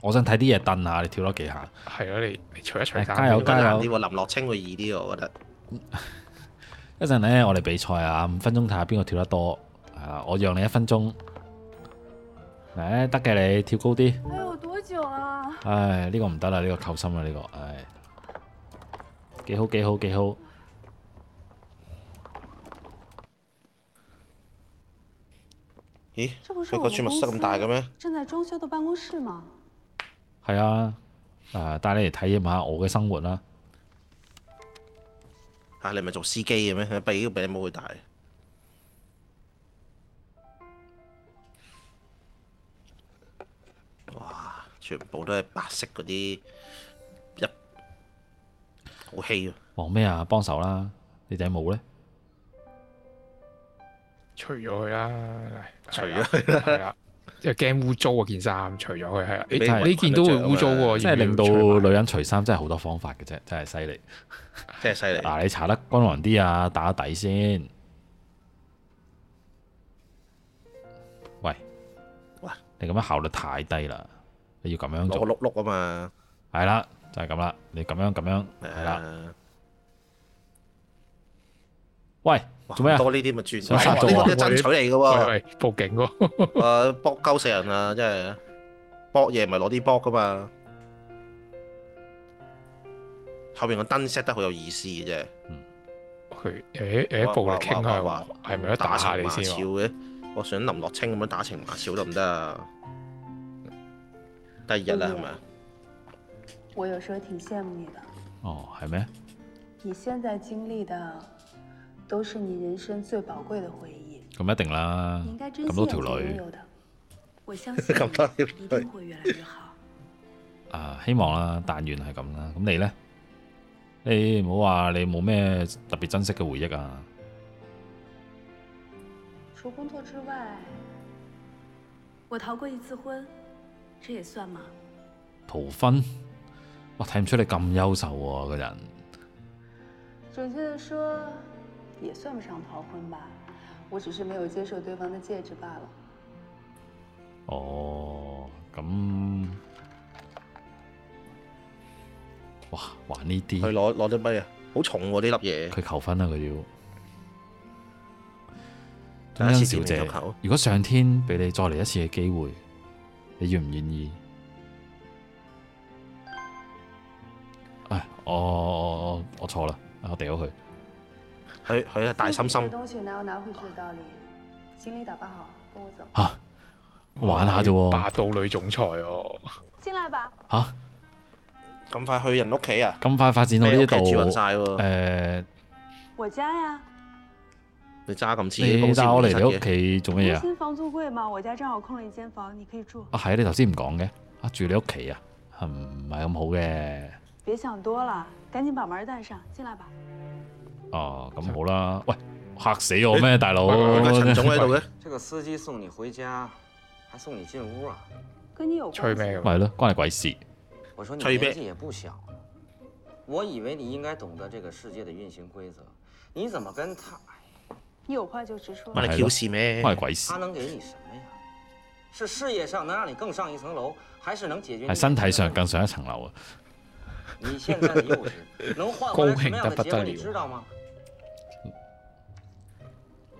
S1: 我想睇啲嘢蹬下，你跳多幾下。
S3: 係咯，你你除一除
S1: 哎
S3: 衫
S1: 加油
S3: 先
S1: 加
S3: 啊
S1: 油
S2: 難啲喎，林樂清會易啲喎，我覺得。
S1: 一陣呢，我哋比賽啊，五分鐘睇下邊個跳得多。係啦，我讓你一分鐘。誒，得嘅你跳高啲。
S4: 哎呦，多久了？
S1: 唉，呢個唔得啦，呢個扣心啦，呢個唉，幾好幾好幾好。
S2: 咦？
S4: 這不是
S2: 佢
S4: 我
S2: 個
S4: 們
S2: 儲物
S4: 公
S2: 室咁大嘅
S4: 司
S2: 咩？
S4: 正在裝修的辦公室嗎？
S1: 啊係啊，誒、帶你嚟體驗下我嘅生活啦。
S2: 啊，你咪做司機嘅咩？鼻都比你冇佢大。哇！全部都係白色嗰啲一好稀啊！
S1: 望咩啊？幫手啦！你頂帽呢？
S3: 除咗佢啦，
S2: 除
S3: 係
S2: 咗
S3: 啦
S2: 佢
S3: 係啦，即係驚污糟啊件衫，除咗佢係啊啦，
S2: 俾
S3: 誒呢件都會
S2: 啊
S3: 污糟喎，
S1: 即係令到
S3: 要唔要除
S1: 女
S3: 埋
S1: 人除衫真係好多方法嘅啫，真係犀利。
S2: 真係犀利。
S1: 嗱、你搽得均勻啲啊，打底先。喂，
S2: 哇！
S1: 你咁樣效率太低啦，你要咁樣
S2: 攞
S1: 做，
S2: 個碌碌啊嘛，
S1: 係啦，就係咁啦。你咁樣咁樣，係
S2: 係
S1: 啦。
S2: 啦。
S1: 喂，
S2: 哇
S1: 做咩啊
S2: 多呢啲咪轉，
S1: 想殺到
S2: 呢
S1: 我
S2: 個爭取嚟嘅
S3: 喂
S2: 喎，
S3: 喂報警喎， <laughs>
S2: 誒搏鳩死人啊！真係搏嘢咪攞啲搏噶嘛。後邊個燈 set 得好有意思嘅啫，
S3: 佢誒誒暴力傾向
S2: 哇哇哇
S3: 喎
S2: 哇，
S3: 係咪都打
S2: 打
S3: 下
S2: 情
S3: 你
S2: 罵
S3: 先
S2: 俏
S3: 喎？
S2: 嘅，我想林樂清咁樣打情罵俏得唔得啊？第二日啦係咪啊？
S4: 我有时候挺羡慕你的，
S1: 哦，係咩？
S4: 你现在经历的都是你人生最宝贵的回忆，
S1: 咁一定啦
S4: 你应该，珍
S1: 咁多
S4: 惜眼
S1: 條
S4: 前拥
S1: 女
S4: 有的。我相信
S2: 咁多條
S4: 你一
S2: 女
S4: 定会越来越好。
S1: 啊，希望啦，但願係咁啦。咁你呢？你唔好話你冇咩特別珍惜嘅回憶啊。
S4: 除工作之外，我逃过一次婚，这也算吗？
S1: 逃婚，哇！睇唔出你咁優秀喎、個人。
S4: 准确的说，也算不上逃婚吧，我只是没有接受对方的戒指罢了。
S1: 哦，咁，哇，玩呢
S2: 佢
S1: 啲，
S2: 攞攞啲乜嘢？好重喎呢粒嘢。
S1: 佢求婚啦，佢要。
S2: 第
S1: 中
S2: 一
S1: 央
S2: 次
S1: 小姐
S2: 見面就求，
S1: 如果上天俾你再嚟一次嘅機會，你願唔願意？唉，我我我錯啦，我掉咗佢。
S2: 佢佢係大心
S4: 自己的
S2: 心，
S4: 东西哪有拿回去的道理？行李打包好，跟我走。
S1: 吓、玩下啫喎，
S3: 霸道女總裁喎，
S4: 进来吧。
S1: 吓、
S2: 咁快去人屋企啊！
S1: 咁快發展到呢度，
S2: 你屋企住暈
S1: 誒、
S2: 晒喎，
S4: 我家呀，
S2: 你揸咁似
S1: 你
S2: 公司
S1: 帶我嚟
S2: 本
S1: 你
S2: 身
S1: 屋
S2: 嘅
S1: 企做乜嘢
S4: 有
S1: 啊？
S4: 新房租贵嘛，我家正好空了一间房，你可以住。
S1: 啊，係啊你頭先唔講嘅，啊住你屋企啊，係唔係咁好嘅？
S4: 别想多了，赶紧把门带上，进来吧。
S1: 哦，咁好啦，喂，嚇死我咩，大佬？
S2: 點解陳總
S1: 咪
S2: 喺度嘅？
S7: 这个司机送你回家，还送你进屋啊？
S4: 跟你有
S3: 吹
S4: 关系
S3: 咩
S4: 吗？
S3: 㗎？
S1: 咯，關你鬼事？
S7: 我说你
S2: 吹呗
S7: 年纪也不小了，我以为你应该懂得这个世界的运行规则，你怎么跟他？
S4: 你有话就直说。
S2: 關你 Q 事咩？
S1: 關你鬼事
S7: 他？能给你什么呀？是事业上能让你更上一层楼，还是能解决你
S1: 係身體上更上一層樓啊！
S7: 你现在的幼稚，能换回来什么样的结果，你知道吗？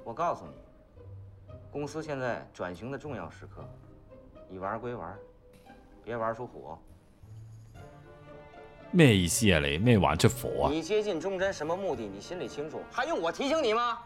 S7: 我告诉你，公司现在转型的重要时刻，你玩归玩，别玩出火。
S1: 咩意思啊你？咩玩出火啊？
S7: 你接近忠贞什么目的，你心里清楚，还用我提醒你吗？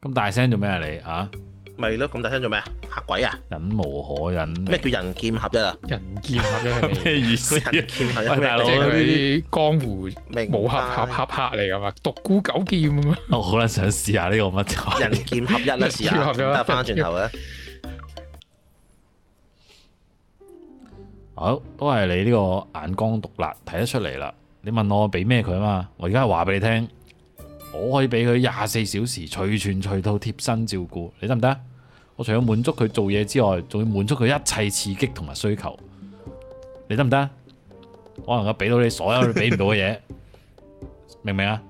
S1: 咁大聲做咩啊你啊？
S2: 咪咯，咁大聲做咩啊？嚇鬼啊！
S1: 忍無可忍，
S2: 咩叫人劍合
S1: <laughs>
S2: 一啊？
S3: 人劍合一係咩
S1: 咩意思啊？
S2: 人劍合一
S1: 喂大佬
S3: 即
S1: 我呢
S3: 係
S1: 啲
S3: 佢啲江湖
S2: 明白
S3: 武俠俠俠客嚟噶嘛，獨孤九劍咁樣。
S1: <laughs> 我好撚想試下呢個乜柒
S2: 人劍合一啦，試下
S3: 人劍合一
S2: 得翻轉頭啊！
S1: 好，都係你呢個眼光獨立睇得出嚟啦。你問我俾咩佢啊嘛？我而家係話俾你聽，我可以俾佢廿四小時隨傳隨到貼身照顧，你得唔得？我除咗滿足佢做嘢之外，仲要滿足佢一切刺激同埋需求，你得唔得？我能夠俾到你所有你俾唔到嘅嘢， <laughs> 明唔明啊？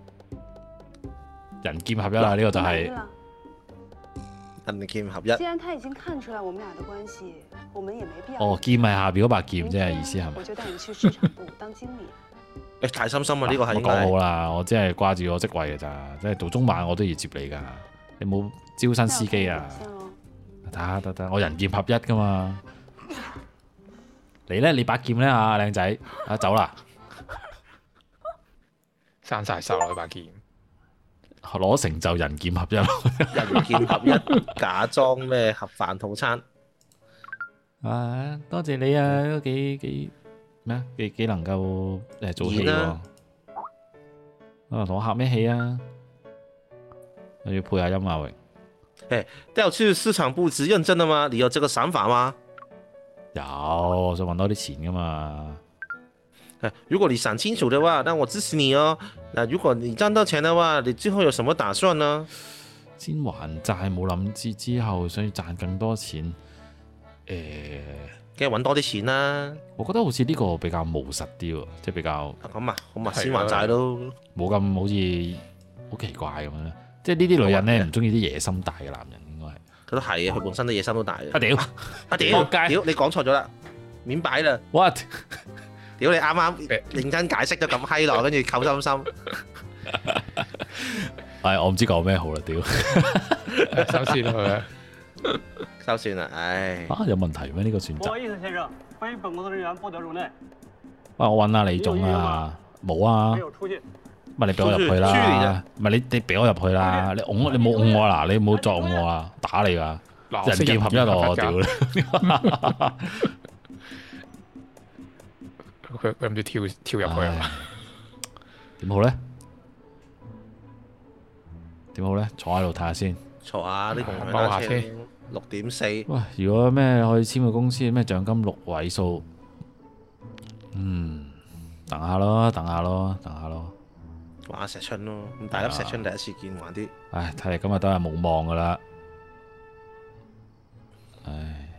S1: 人劍合一啦，呢、個就
S4: 满
S1: 係、
S4: 意了。
S2: 人劍合一
S4: 既，然他已经看出来我们俩的关系，我们也没必要。
S1: 哦，劍係下邊嗰把劍
S4: 明
S1: 啫，
S4: 天
S1: 意思係咪
S4: 我？就带你去市
S1: <laughs>
S4: 场部当经理。
S2: 誒大心心啊！呢個係
S1: 我
S2: 應
S1: 講
S2: 該
S1: 好啦，我只係掛住我職位嘅咋，即係到中晚我都要接你噶。你冇招新司機啊？
S4: 那
S1: 得
S4: 我看你表现咯
S1: 得得，我人劍合一噶嘛。你咧，你把劍咧啊，靚仔啊，走啦，
S3: 生晒手啦啊把劍，
S1: 攞成就人劍合一咯。
S2: 人劍合一，假裝咩盒飯
S1: <laughs>
S2: 套餐，
S1: 啊，多謝你啊，都幾幾咩啊，幾幾能夠誒做戲
S2: 演
S1: 喎
S2: 啊。
S1: 啊，同我客咩戲啊？我要配下音啊，榮。
S2: 调去市场部职认真的吗？你有这个想法吗？
S1: 有想揾多啲錢噶嘛？
S2: 哎如果你想清楚的话，那我支持你哦。那如果你赚到钱的话，你之后有什么打算呢？
S1: 先還債冇諗之之後，想要賺更多錢。誒、
S2: 梗系搵多啲錢啦。
S1: 我覺得好似呢個比較務實啲喎，即係比較
S2: 啊咁啊，咁啊，
S3: 係啊
S2: 先還債咯。
S1: 冇咁好似好奇怪咁樣咧。即係呢啲女人咧唔中意啲野心大嘅男人，應該係。
S2: 佢都係啊，佢本身都野心都大
S1: 啊
S2: 嘅。
S1: 屌
S2: 啊屌，
S1: 仆街
S2: 屌你講錯咗啦，免擺啦。
S1: ！What？
S2: 屌你啱啱認真解釋咗咁閪耐，跟住扣心心。
S1: 係我唔知講咩好啦，屌
S3: 首先佢啊
S2: 收算啦，唉，
S1: <laughs> 啊有問題咩？呢、個選
S5: 不好
S1: 擇？
S5: 意思，先生，关于本公司人员不得入内，
S1: 喂，我揾阿李總啊，冇啊
S5: 没，有出去。
S1: 咪你俾我入去
S2: 出去
S1: 啦
S2: 啊，
S1: 咪你你俾我入去啦，你拱我你冇拱我啦，你冇作我啊，打你啊！
S3: 嗱，
S1: 人劍合一啊！我
S3: 識
S1: 屌
S3: 人
S1: 你！
S3: 佢佢唔知跳跳入去啊！
S1: 唉點好咧？點好咧？坐喺度睇下先。
S2: 坐下呢
S1: 啊
S2: 共享
S3: 踎下
S2: 單車
S3: 先
S2: 六點四，
S1: 喂，如果咩可以簽個公司咩獎金六位數，嗯，等下咯，等下咯，等下咯。
S2: 玩下石春咯。咁
S1: 啊
S2: 大粒石春第一次見，玩啲
S1: 唉，睇嚟今日都係冇望噶啦。唉，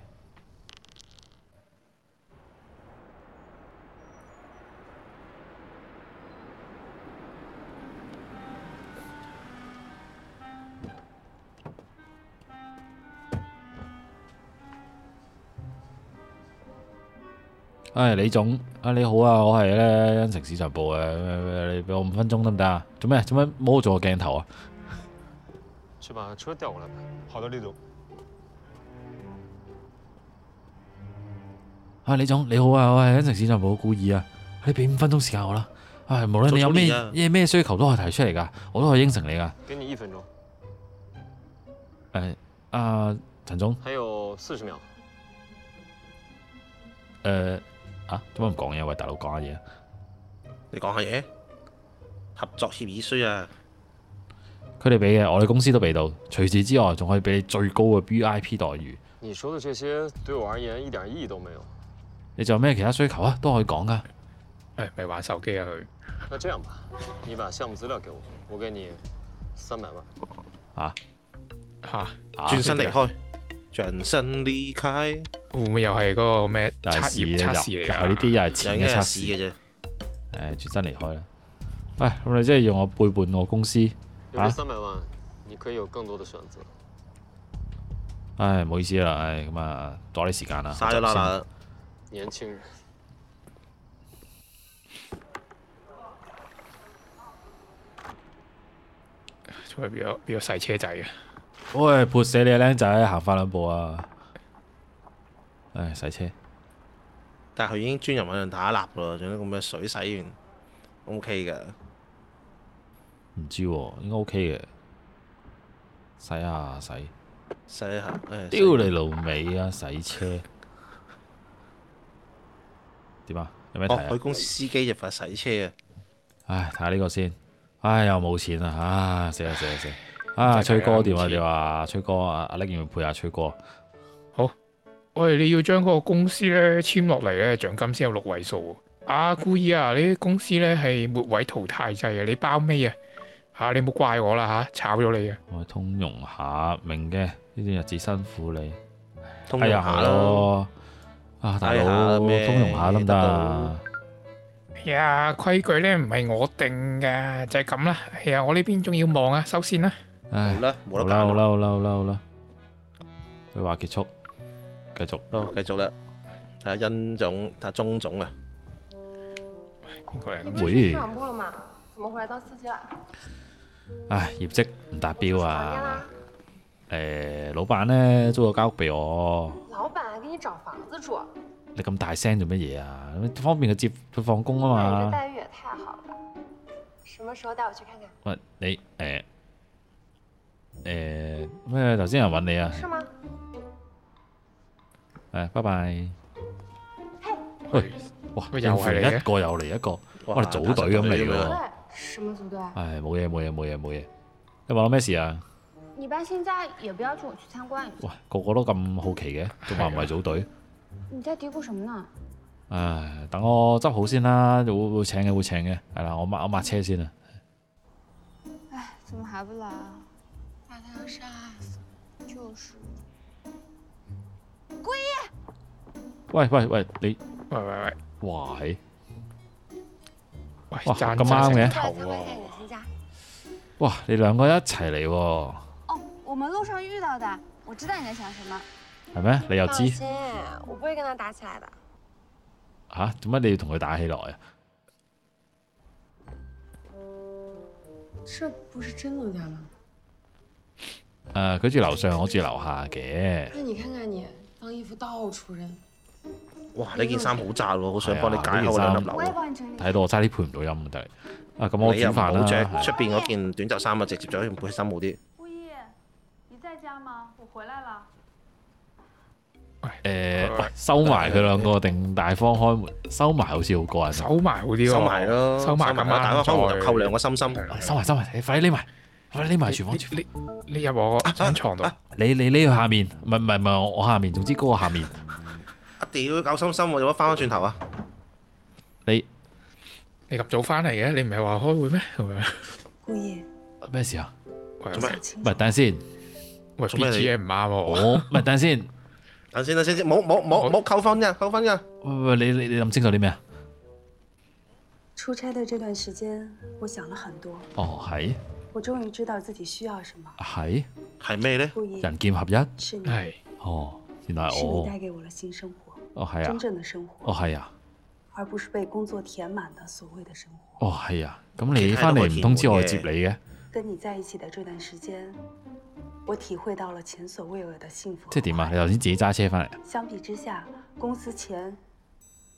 S1: 唉，李總，啊你好啊，我係咧欣城市場部嘅，咩咩你俾我五分鐘得唔得啊？做咩？做咩摸咗我鏡頭啊？
S8: 去把车调过来吧。好的，李总。
S1: 啊，李總你好啊，我係欣城市場部嘅顧意啊，你俾五分鐘時間我啦。唉、無論你有咩
S2: 做草
S1: 咩咩需求都可以提出嚟噶，我都可以應承你噶。
S8: 给你一分钟，
S1: 誒、啊，陳總，誒、
S8: 还有四十秒。
S1: 啊，做乜唔講嘢？喂，大佬講下嘢啊。
S2: 你講下嘢。合作協議書啊，
S1: 佢哋俾嘅，我哋公司都俾到。除此之外，仲可以俾你最高嘅 VIP 待遇。
S8: 你说的这些对我而言一点意义都没有。
S1: 你仲有咩其他需求啊？都可以講噶。
S3: 唉，咪玩手機啊佢。
S8: 那这样吧，你把项目资料给我，我给你三百万。
S3: 嚇，
S1: 啊
S2: 轉身離開，轉身離開，
S3: 會唔會又係嗰個咩
S1: 又
S3: 測
S1: 係試
S3: 驗
S1: 嘅
S3: 測
S1: 又又係呢
S3: 試嚟㗎？
S1: 啲啊又係
S2: 就
S1: 錢
S2: 應該
S1: 嘅
S2: 係
S1: 測
S2: 屎
S1: 試。
S2: 嘅啫。
S1: 誒，轉身離開啦。唉，咁你即係用我背叛我公司。
S8: 有
S1: 啊
S8: 这三百万，你可以有更多的选择。
S1: 唉，唔好意思啦，唉，咁啊，阻你時間啦。
S2: 嘥咗啦啦，
S8: 年轻人，
S3: 仲係變咗變咗細車仔啊！
S1: 喂，潑死你啊，僆仔，行翻兩步啊！唉，洗車，
S2: 但係佢已經專人揾人打蠟咯，仲有咁嘅水洗完，OK 㗎。
S1: 唔知喎，應該 OK 嘅。洗下洗，
S2: 洗一下，唉
S1: 屌你老味啊！洗車點啊？有咩睇
S2: 哦，
S1: 啊
S2: 佢？公司司機入法洗車啊，
S1: 唉，睇下呢個先。唉，又冇錢啦，啊，死啊死啊死啊！啊，
S3: 真
S1: 崔
S3: 係啊
S1: 哥點啊
S3: 冇錢
S1: 點啊？崔哥啊，阿力要唔要配下崔哥？
S3: 喂，你要將嗰個公司咧簽落嚟咧，獎金先有六位數喎。啊，故意啊，你啲公司咧係末位淘汰制啊，你包尾啊！嚇、你唔好怪我啦嚇、炒咗你啊！
S1: 我通融下，明嘅。呢段日子辛苦你，
S2: 通
S1: 哎
S2: 融
S1: 呀
S2: 下
S1: 下
S2: 咯。
S1: 咯。啊，大
S2: 哎呀
S1: 佬，
S2: 咩
S1: 通融下得唔得啊？
S3: 哎呀，規矩咧唔係我定㗎，就係咁啦。哎呀，我呢邊仲要忙啊，收線啦。
S1: 唉
S2: 好。啦，冇
S1: 好
S2: 得
S1: 啦好
S2: 揀
S1: 啦
S2: 啦，
S1: 好啦好啦好啦，對話結束，繼續。
S2: 好繼續啦。睇下殷總，睇下鍾總啊，
S3: 邊個嚟啊㗎
S9: 你不是去市场部了吗？怎么回来当司机了？
S1: 唉，業績唔達標
S9: 房间啦
S1: 啊！？誒，老闆呢租咗間屋俾我，
S9: 老板还给你找房子住，
S1: 你咁大聲做乜嘢啊？方便佢接佢放工
S9: 那你
S1: 啊
S9: 这
S1: 嘛。
S9: 待遇也太好了吧。什么时候带我去看看？
S1: 喂，你誒誒咩？頭先有人揾你啊？
S9: 是吗？
S1: 誒，拜拜。
S3: 喂，
S1: 哇，
S3: 喂又係你嘅
S1: 一個又嚟一個，
S2: 哇
S1: 我哋組隊咁嚟喎
S2: 打手
S9: 对
S2: 哦。，
S9: 什么组队？
S6: 啊
S1: 唉，冇嘢冇嘢冇嘢冇嘢。你話我咩事啊？
S6: 你爸现在也不要请我去参观一下。
S1: 喂，個個都咁好奇嘅，仲話唔係組隊？
S6: 你在嘀咕什么呢？
S1: 唉，等我執好先啦，會會請嘅會請嘅。係啦，我抹我抹車先啊。
S6: 哎，怎么还不来啊？
S9: 把他要杀死，
S6: 就是，
S1: 喂喂喂，你
S3: 喂喂喂，
S1: 哇係
S3: 喂
S1: 哇
S3: 爭
S1: 咁啱嘅
S3: 爭
S9: 过
S3: 頭
S9: 来参观一下你的新家。
S1: 哇，你兩個一齊嚟喎，
S6: 哦，我们路上遇到的，我知道你在想什么。
S1: 係咩？你又
S9: 放
S1: 知
S9: 心，我不会跟他打起来的。
S1: 吓？做乜你要同佢打起來啊？
S9: 这不是真陆家吗？
S1: 誒，佢住樓上，我住樓下嘅。
S9: 那你看看你，当衣服到处扔，
S2: 哇！呢件衫好窄喎，好想
S1: 係啊
S2: 幫你解開兩粒
S6: 我也
S2: 紐。
S6: 帮你整理。
S1: 睇到我差啲配唔到音得啊！咁我
S2: 你
S1: 煮
S2: 又唔
S1: 飯
S2: 好
S1: 啦。
S2: 着
S1: 係
S2: 出邊嗰件短袖衫啊，直接着件背心好啲。
S4: 顾一，你在家吗？我回来了。
S1: 誒、喂，收埋佢兩個定大方開門？收埋好似好過癮啊。
S3: 收埋好啲喎，
S2: 收埋咯，
S3: 收埋咁
S2: 啦打開
S3: 啱
S2: 開門
S3: 再
S2: 就扣兩個心心。
S3: 係啊
S1: 收埋收埋，你快啲匿埋，快啲匿埋
S3: 你
S1: 廚房廚房。
S3: 你你你入我個新床度，
S1: 你你匿去下面，唔係唔係唔係我我下面，總之嗰個下面。
S2: 啊屌，搞心心，我做乜翻返轉頭啊？
S1: 你
S3: 你咁早翻嚟嘅，你唔係話開會咩？咁樣
S4: 顾一，
S1: 咩事啊？
S3: 喂
S2: 做咩？
S1: 唔係等陣先，
S3: 喂
S2: 做咩你
S3: BGM 唔啱
S1: <laughs>
S3: 喎，
S1: 我唔係等陣先。
S2: 等先等先先，冇冇冇冇扣分㗎，扣分㗎。
S1: 喂喂，你你你諗清楚啲咩啊？
S4: 出差的这段时间，我想了很多，
S1: 哦，係
S4: 我终于知道自己需要什么。
S1: 係
S2: 係咩咧？
S4: 顾一，
S1: 人劍合一。
S4: 是
S2: 哎
S4: 你，
S3: 係
S1: 哦，原來
S4: 是你
S1: 我
S4: 带给我了新生活，
S1: 哦
S2: 哎
S1: 係啊
S4: 真，正的生活，
S1: 哦係啊，
S4: 而不是被工作填满的所谓的生活。
S1: 哦係啊。咁你翻嚟唔通知我去接你嘅？
S4: 跟你在一起的这段时间，我体会到了前所未有的幸福。
S1: 即係點啊？你？頭先自己揸車翻嚟啊？
S4: 相比之下，公司钱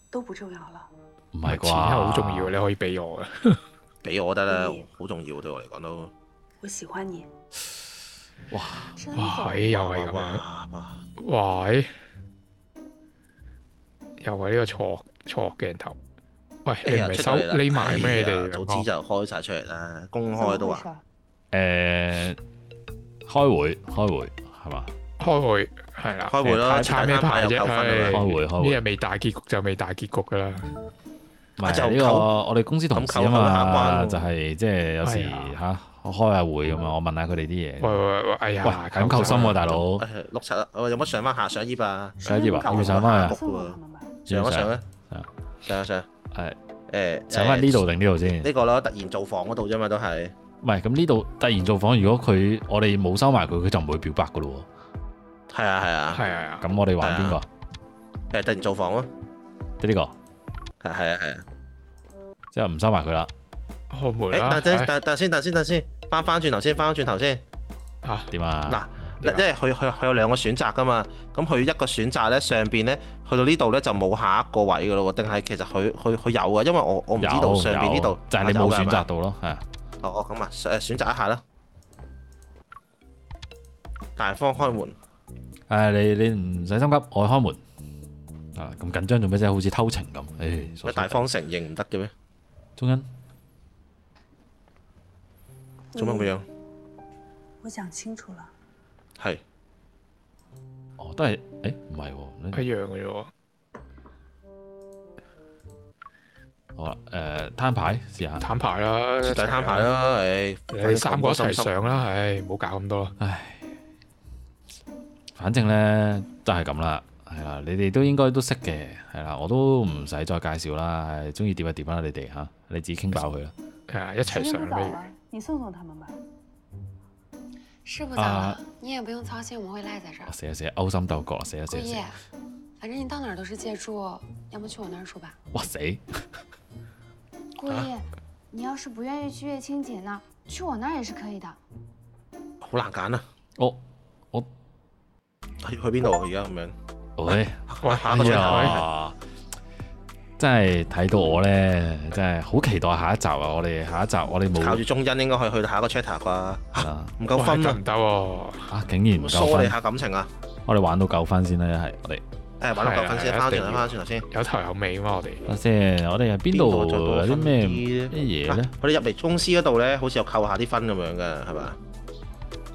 S4: 都不重要了。
S1: 唔
S3: 唔
S1: 係
S3: 係
S1: 啩？
S3: 錢係好重要嘅，你可以俾我嘅。
S2: 俾我得啦，好重要對我嚟講都。
S4: 我喜欢你，
S9: 真
S3: 哇，
S9: 走。
S3: 係又係咁樣，
S2: 哇哇！
S3: 哇，係又係呢個錯錯鏡頭。喂，你唔
S2: 哎呀
S3: 係
S2: 出
S3: 收
S2: 到嚟啦
S3: 匿埋咩？你
S2: 哎呀
S3: 哋
S2: 早
S3: 兩
S2: 知就
S3: 個
S2: 開晒出嚟啦，公開都
S9: Dạ.
S4: 啊
S2: 話。
S1: 誒，開會開會係嘛？
S3: 開會係啦，
S2: 開會啦
S3: 派差咩牌啫？
S2: 派牌又
S1: 扣分
S3: 係
S1: 啦開會開會
S3: 呢日未大結局就未大結局噶啦。
S1: 唔
S2: 啊就
S1: 係呢個
S2: 扣
S1: 我哋公司同事啊嘛，
S2: 咁扣
S1: 就
S2: 下關
S1: 係即係有時
S3: 哎呀
S1: 嚇開下會咁啊，我問下佢哋啲嘢。
S3: 喂
S1: 喂，
S3: 喂喂，哎呀，
S1: 係咁扣心喎，大佬，
S2: 哎碌柒啦！我有乜上翻下上衣吧？
S1: 上一頁啊，要上翻去啊，
S4: 送给他们吧。
S2: 上一上啊
S1: 上！
S2: 上一上！
S1: 係
S2: 誒
S1: 上翻呢度定呢度先？
S2: 呢個咯，突然造訪嗰度啫嘛，都係。
S1: 唔係咁呢度突然造訪，如果佢我哋冇收埋佢，佢就唔會表白噶咯
S2: 係啊係啊，
S3: 係啊
S1: 喎。，咁我哋玩邊個？
S2: 誒突然造訪咯，啊
S1: 即係呢個，
S2: 係係啊係啊。
S1: 即係唔收埋佢啦。
S3: 開門啦
S2: 誒，等陣等等先，等先，等先，翻翻轉頭先，翻翻轉頭先。
S3: 嚇。
S1: 點啊？
S2: 嗱，因為佢佢佢有兩個選擇噶嘛，咁佢一個選擇咧上邊咧，去到呢度咧就冇下一個位噶咯喎，定係其實佢佢佢有啊，因為我我唔知道
S1: 有
S2: 上邊呢度
S1: 有就係你冇選。
S2: 啊有㗎係
S1: 擇
S2: 咪
S1: 到咯，係啊
S2: 哦哦，咁啊，誒選擇一下啦。大方開門，
S1: 唉，你你唔使心急，我開門。啊，咁緊張做咩啫？好似偷情咁。唉，傻
S2: 咩大方承認唔得嘅咩？
S1: 中恩。嗯
S2: 做乜咁樣？
S4: 我想清楚了，
S2: 係
S1: 哦，都係，誒唔係喎你
S3: 一樣嘅啫喎。
S1: 好啦，誒、攤牌試下。
S3: 攤牌啦，
S1: 嗯
S2: 徹底攤牌，啦，誒，
S3: 你三個一齊
S2: 心心
S3: 上啦，唉，唔好搞咁多啦。
S1: 唉，反正呢都係咁啦，係啦，你哋都應該都識嘅，係啦，我都唔使再介紹啦，係中意點就點啦，你哋嚇，你自己傾爆佢啦。
S3: 係啊，一
S4: 时
S3: 齊
S4: 间
S3: 上
S4: 不
S3: 啦
S4: 早
S3: 不如。
S4: 了，你送送他们吧。
S9: 是不早
S1: 啊
S9: 了，你也不用操心我们会赖在这儿
S1: 我。死啊死啊，勾心鬥角啊，死啊死
S9: 顾
S1: 啊
S9: 一
S1: 死啊！，
S9: 反正你到哪儿都是借住，要么去我那儿住吧。
S1: 哇死！
S6: 顾一，你要是不愿意去月清姐那儿，去我那儿也是可以的。
S2: 好難揀啊！
S1: 我我
S2: 去去邊度啊？而家咁樣，
S1: 喂，
S3: 喂，
S2: 下一個
S1: 哎
S2: 選擇
S1: 呀，真係睇到我呢，真係好期待下一集啊！我哋下一集我哋
S2: 靠住
S1: 冇
S2: 中恩應該可以去到下一個 chapter 啩？ <laughs>
S1: 啊
S2: 唔夠
S3: 喂
S2: 分
S3: 得
S2: 啊
S3: 唔！得喎？
S1: 啊，竟然唔夠
S2: 梳理
S1: 分，
S2: 下感情啊！
S1: 我哋玩到夠分先啦，一係我哋。
S2: 誒玩六嚿粉
S3: 係
S2: 先，
S3: 啊
S2: 翻轉
S3: 一定
S2: 頭
S3: 要
S2: 翻轉頭先。
S3: 有頭有尾嘛，我哋
S1: 睇下先，我哋係邊度
S2: 邊個再多
S1: 有啲
S2: 分
S1: 咩咩
S2: 啲
S1: 嘢
S2: 啊
S1: 咧？
S2: 我哋入嚟公司嗰度咧，好似有扣下啲分咁樣嘅，係嘛？啊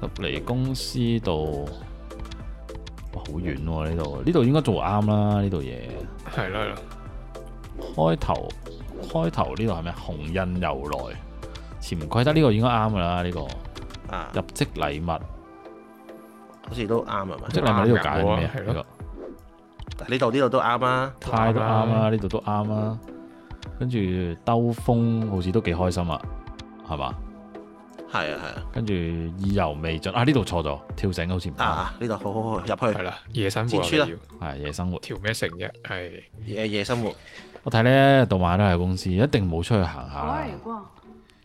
S1: 入嚟公司度，哇，好遠喎呢度，呢度應該做啱啦，呢度嘢。
S3: 係啦，係啦
S1: 開頭開頭呢度係咩？紅印由來，潛規則呢個應該啱噶啦，呢、個
S2: 啊，
S1: 入職禮物，
S2: 好似都啱啊係
S1: 入？
S2: 嘛
S1: 職禮物呢度揀咩啊？
S3: 啱㗎
S1: 呢個
S2: 呢度呢度都啱啊，
S1: 太都啱啦，呢度都啱啦。跟住兜風好似都幾開心啊，係嘛？
S2: 係啊係啊，
S1: 跟住意猶未盡啊！呢度錯咗，跳繩好似唔啱，
S2: 啊呢度好好好入去
S3: 係啦，夜生活
S2: 自
S3: 我
S2: 處
S3: 哋
S2: 啦
S3: 要
S1: 係夜生活。
S3: 調咩成啫？係
S2: 夜夜生活，
S1: 我睇呢，到晚都喺公司，一定冇出去行
S4: 偶
S1: 下
S4: 尔。也逛，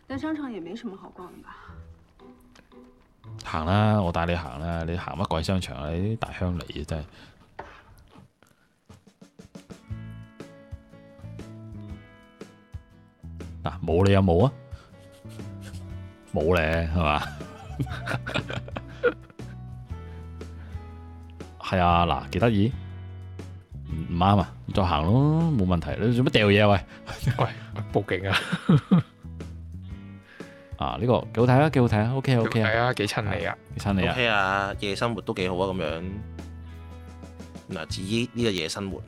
S4: 但商场也没什么好逛的吧？
S1: 行啦，我帶你行啦，你行乜鬼商場啊？你啲大鄉里啊，真係。嗱、冇你有冇啊？冇咧，係嘛？係啊，嗱，幾得意，唔唔啱啊，再行咯，冇問題。你做乜掉嘢啊？喂，
S3: 報警啊！
S1: 啊呢、個幾好睇啊，幾好睇啊，OK 啊 OK
S3: 係
S1: 啊，
S3: 啊，幾襯你啊！
S1: 幾襯你啊！
S2: OK 啊，夜生活都幾好啊咁樣。嗱，至於呢個夜生活，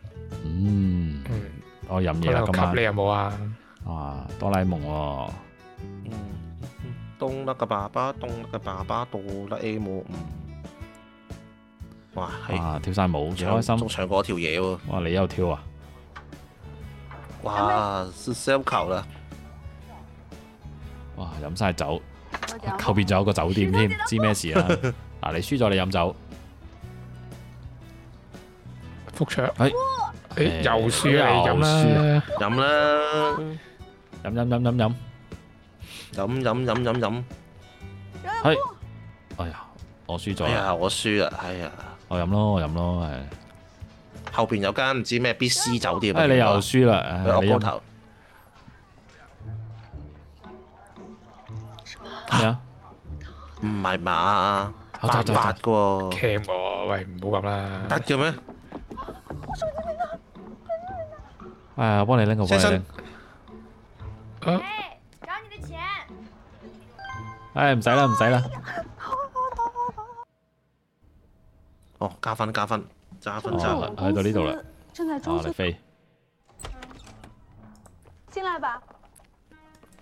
S1: 嗯，
S3: 嗯，
S1: 我飲嘢
S3: 可
S1: 啦，
S3: 能
S1: 今
S3: 級
S1: 晚
S3: 你。有冇啊？
S1: 啊，哆啦 A 夢喎，
S2: 嗯，東德嘅爸爸，東德嘅爸爸，哆啦 A 夢，嗯，哇，係
S1: 啊，跳晒舞幾
S2: 唱
S1: 開心
S2: 仲，唱過條嘢喎，
S1: 哇，你又跳啊，
S2: 哇，sell 球啦，
S1: 哇，飲晒酒，
S4: 我讲
S1: 後邊仲有個酒店添，知咩事啊？
S2: <laughs>
S1: 嗱，你輸咗你飲酒，
S3: 福卓，
S1: 哎
S3: 誒又輸啊！你
S1: 又
S3: 飲
S1: 輸
S3: 啦，
S2: 飲啦，
S1: 飲飲飲飲飲，
S2: 飲飲飲飲飲，
S1: 係，哎呀，我輸咗
S2: 哎
S1: 啦，
S2: 呀，我輸啦，哎呀，
S1: 我飲咯，我飲咯，係，
S2: 後邊有間唔知咩 B C 酒店啊，
S1: 哎，你又
S2: 見到啊
S1: 輸啦，哎
S2: 佢
S1: 你飲
S2: 我高頭，
S1: 咩
S2: <laughs>
S1: 啊？
S2: 唔係嘛，
S1: 走
S2: 八
S1: 走走
S2: 八嘅喎，
S3: cam 喎，喂，唔好咁啦。
S2: 得嘅咩？
S1: 哎，我幫你拎個，我幫
S2: 先
S1: 你
S2: 生
S1: 拎，
S3: 啊，
S6: 找你的钱。
S1: 哎，唔使啦，唔使啦，
S2: 哦，加分加分，加分加分
S1: 哦，去到呢度啦，
S4: 正在装
S1: 啊，你
S4: 修，
S1: 飛，
S4: 进来吧。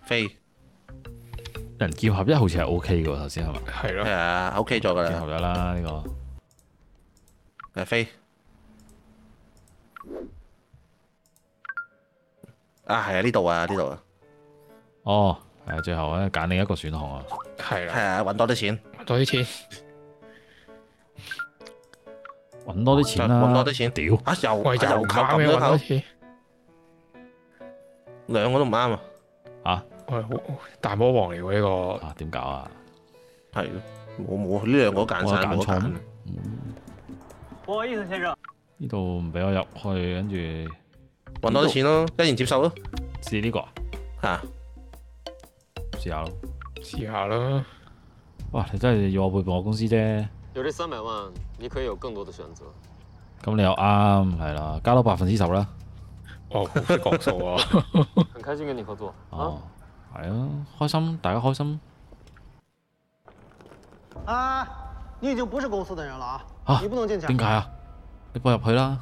S2: 飛
S1: 人劍合一好似係 OK 嘅喎，頭先係嘛？
S3: 係
S2: 係
S3: 咯，
S2: 啊，OK 咗㗎
S1: 劍合
S2: 啦，
S1: 一啦，呢個。
S2: 誒飛啊，係啊，呢度啊，呢度啊，
S1: 哦，係最後咧揀另一個選項啊，
S3: 係
S2: 係
S3: 啦，
S2: 啊，揾多啲錢，
S3: 多啲錢。
S1: 揾多啲錢啦，
S2: 揾多啲錢
S1: 屌，
S2: 啊又
S3: 喂，
S2: 啊
S3: 又
S2: 又
S3: 唔
S2: 扣
S3: 啱
S2: 咁
S3: 嘅
S2: 樣
S3: 揾多
S2: 扣，
S3: 次，
S2: 兩個都唔啱啊，
S3: 喂，好大魔王嚟喎呢個，
S1: 啊點搞啊？
S2: 係咯，冇冇呢兩個揀
S1: 我有
S2: 晒，
S1: 揀
S2: 冇得
S1: 錯
S2: 啊揀
S1: 咩，
S7: 嗯不好意思，先生。
S1: 呢度唔俾我入去，跟住
S2: 揾多啲錢咯，欣然接受咯，
S1: 試呢個啊，
S2: 嚇，
S1: 試下咯。
S3: 試下啦。
S1: <laughs> 哇！你真係要我背叛我公司啫，
S8: 有这三百万，你可以有更多的选择。
S1: 咁你又啱，係啦，加多百分之十啦。
S3: 哦，好識講數啊！
S8: 很开心跟你合作啊
S1: 哦，係啊，開心，大家開心
S5: 啊，你已经不是公司的人了啊！
S1: 啊
S5: 你不能进去。
S1: 點解啊？你背入去啦，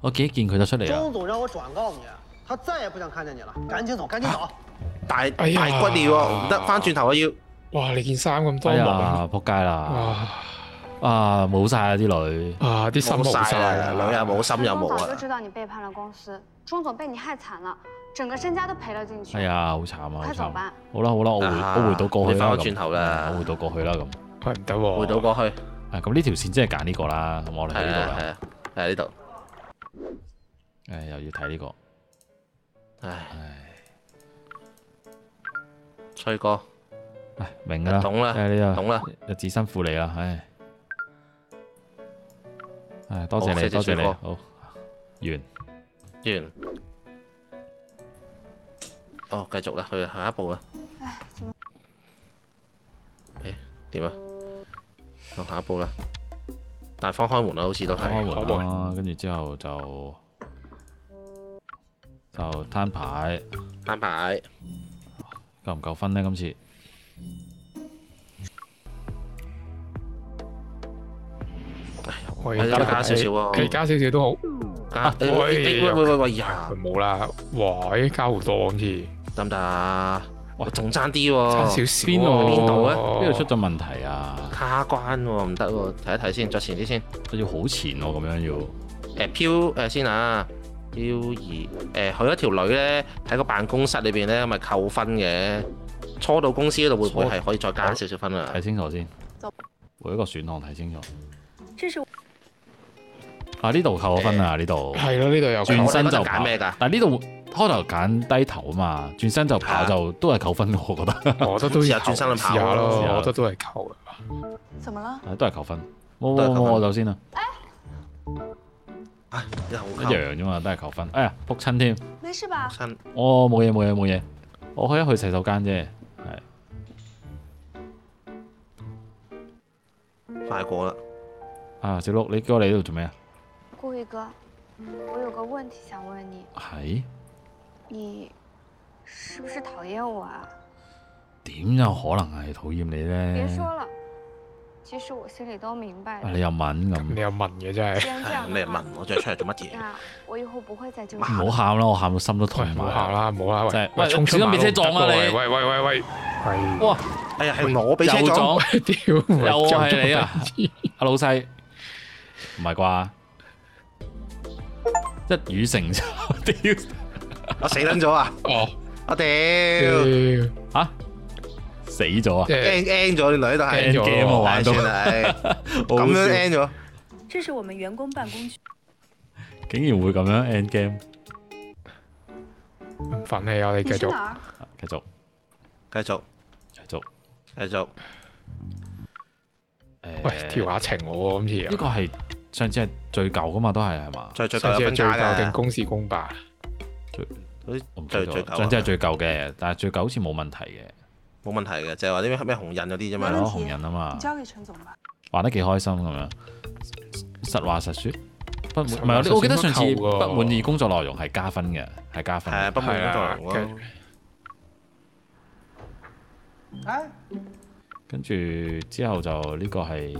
S1: 我幾見佢就出嚟啦
S5: 钟。总让我转告你，他再也不想看见你了，赶紧走，赶紧走！
S2: 大大
S3: 哎呀
S2: 骨料喎，唔得，翻轉頭啊要，
S3: 哇，你件衫咁多
S1: 哎
S3: 網，
S1: 呀，
S7: 啊
S1: 仆街啦！
S3: 哇
S1: 啊，冇晒啦啲女，
S3: 啊，啲心
S2: 冇
S3: 冇
S2: 晒
S3: 晒
S2: 啦，女又冇，心又
S6: 钟
S2: 冇
S6: 早就
S2: 啊
S6: 知。道你背叛了公司，钟总被你害惨了，整个身家都赔了进去。
S1: 哎呀，好慘啊！好
S6: 快走
S1: 慘。
S6: 吧
S1: 好啦好啦，我回
S2: 啊
S1: 我回到過去啦
S2: 你
S1: 咁
S2: 翻返轉頭啦
S1: 我回到過去啦咁。
S3: 喂唔得喎，
S2: 回到過去，
S1: 啊，咁呢條線真係揀呢個啦，咁我哋喺
S2: 係
S1: 呢度
S2: 啊係
S1: 啦。
S2: 啊，係呢度，
S1: 誒，又要睇呢個，
S2: 唉，
S1: 唉，
S2: 吹哥
S1: 唉明㗎啦，
S2: 懂啦
S1: 誒呢個
S2: 懂啦，
S1: 日子辛苦你啦，啊唉，唉，多謝
S2: 好
S1: 你，
S2: 謝謝
S1: 多謝你，
S2: 水哥
S1: 好，完，
S2: 完。哦，繼續啦，去下一步啦。誒點啊？哦，下一步啦。大方開門啦，好似都
S1: 開
S2: 係。
S1: 門啦，跟住之後就就攤牌，
S2: 攤牌
S1: 夠唔夠分呢？今次
S3: 我
S2: 係啦加少少喎
S3: 你加少少都好。
S2: 啊！誒
S3: 喂
S2: 誒喂喂喂喂呀
S3: 佢，冇啦，哇！咦加好多好似，
S2: 得唔得啊？
S1: 哇
S2: 哇，仲爭啲
S3: 差少
S2: 喎，
S3: 少喎。
S1: 邊度
S2: 邊度
S1: 呢度出咗問題啊？
S2: 卡關喎，唔得喎，睇一睇先，再前啲先。
S1: 要好前喎，咁樣要。
S2: 誒飄誒先啊，飄移誒佢一條女咧喺個辦公室裏邊咧咪扣分嘅，初到公司嗰度會唔會係可以再加少少分啊
S1: 睇？清楚先
S4: 就，
S1: 每一個選項睇清楚。
S4: 这是
S1: 啊，呢度扣我分啊，呢度
S3: 係咯，呢度有
S2: 我
S1: 轉
S2: 哋
S1: 身
S2: 嗰陣
S1: 就
S2: 揀
S1: 跑
S2: 咩㗎？
S1: 但呢度開頭揀低頭啊嘛，轉身就跑
S2: 啊
S1: 就都係扣分 <laughs> 喎，我覺得
S3: 我覺得都
S2: 試下
S3: 要
S2: 轉身去跑
S3: 試下咯，
S1: 試下
S3: 我覺得都係扣啊。
S4: 怎么了？
S1: 係都係扣分。冇冇
S2: 都係扣
S1: 冇，
S2: 分
S1: 我走先啦，啊
S2: 又
S1: 一
S2: 扣
S1: 樣啫嘛，都係扣分。哎呀，仆親添，
S4: 没事吧？
S2: 身，
S1: 我冇嘢冇嘢冇嘢，我去一去洗手間啫。係
S2: 快過啦！
S1: 啊，小鹿，你叫我嚟呢度做咩啊？
S6: 顾一哥，嗯我有个问题想问你，
S1: 係
S6: 你是不是讨厌我啊？
S1: 點有可能係討厭你
S6: 别说
S1: 呢？
S6: 了，其实我心里都明白
S1: 啊，
S6: 的。
S1: 你又敏
S3: 咁你
S1: 咁，
S3: 又問嘅真係，
S6: 既然这
S2: 唉
S6: 样
S2: 你嚟
S6: 的话
S2: 問，我再出嚟做乜嘢？
S6: 那我以后不会再纠
S1: 唔
S6: 缠
S1: 好
S6: 你。
S1: 喊啦，我喊到心都
S3: 喂
S1: 痛
S3: 唔好喊
S1: 埋。
S3: 啦，唔好啦，
S1: 真係
S3: 喂，
S1: 喂
S3: 衝出
S1: 小心俾車
S3: 馬路
S1: 撞啊
S3: 唔得喎
S1: 你
S3: 喂喂
S1: <laughs>
S3: 喂喂，係
S1: 哇，
S2: 哎呀，係我俾車
S1: 又撞
S2: 撞，
S3: <laughs> 屌，
S1: <laughs>
S2: <laughs>
S1: 又
S3: 喂
S1: 係你啊！阿老細，唔係啩？一語成讖，屌
S2: 我死撚咗啊！
S3: 哦，
S2: 我屌，
S3: 屌
S2: 驚
S3: 即
S1: 嚇啊死咗啊！
S3: 係
S2: end 咗你女都
S1: 驚
S2: 係
S3: end 咗
S1: game 啊，
S2: 唉
S1: 玩到
S2: 算啦，唉
S1: 好
S2: 咁樣
S1: 笑
S2: end 咗，
S4: 这是我们员工办公区，
S1: 竟然會咁樣 end game，
S3: 唔忿氣啊！你
S6: 你
S3: 繼
S6: 去
S3: 續
S6: 哪儿？
S1: 繼續
S2: 繼續
S1: 繼續。
S2: 繼續，
S1: 誒
S3: 喂啊調下情我喎，今
S1: 呢
S3: 次
S1: 個係上次係最舊噶嘛，都係係嘛？
S2: 再再
S3: 上
S2: 夠
S3: 次
S2: 有
S3: 係
S2: 分
S3: 最
S2: 加
S3: 夠定
S2: 㗎，
S3: 公事公辦？
S2: 好似
S1: 我唔記
S2: 最
S1: 得咗
S2: 最夠啊
S1: 上次係最舊嘅，但係最舊好似冇問題嘅，
S2: 冇問題嘅，就係話啲咩咩紅印嗰
S1: 係
S2: 啲啫
S4: 冇
S2: 嘛
S4: 問。
S1: 咯
S4: 題
S1: 紅人啊嘛
S4: 你，交给陈总吧。
S1: 玩得幾開心咁樣。實話實説，不滿
S3: 實
S1: 唔
S3: 話實
S1: 係
S3: 說
S1: 我記得上次
S3: 都扣㗎
S1: 不滿意工作內容係加分嘅，係加分嘅。
S2: 係不滿嗰度
S3: 係啊
S2: 咯，
S5: 哎，
S1: 跟住之後就呢個係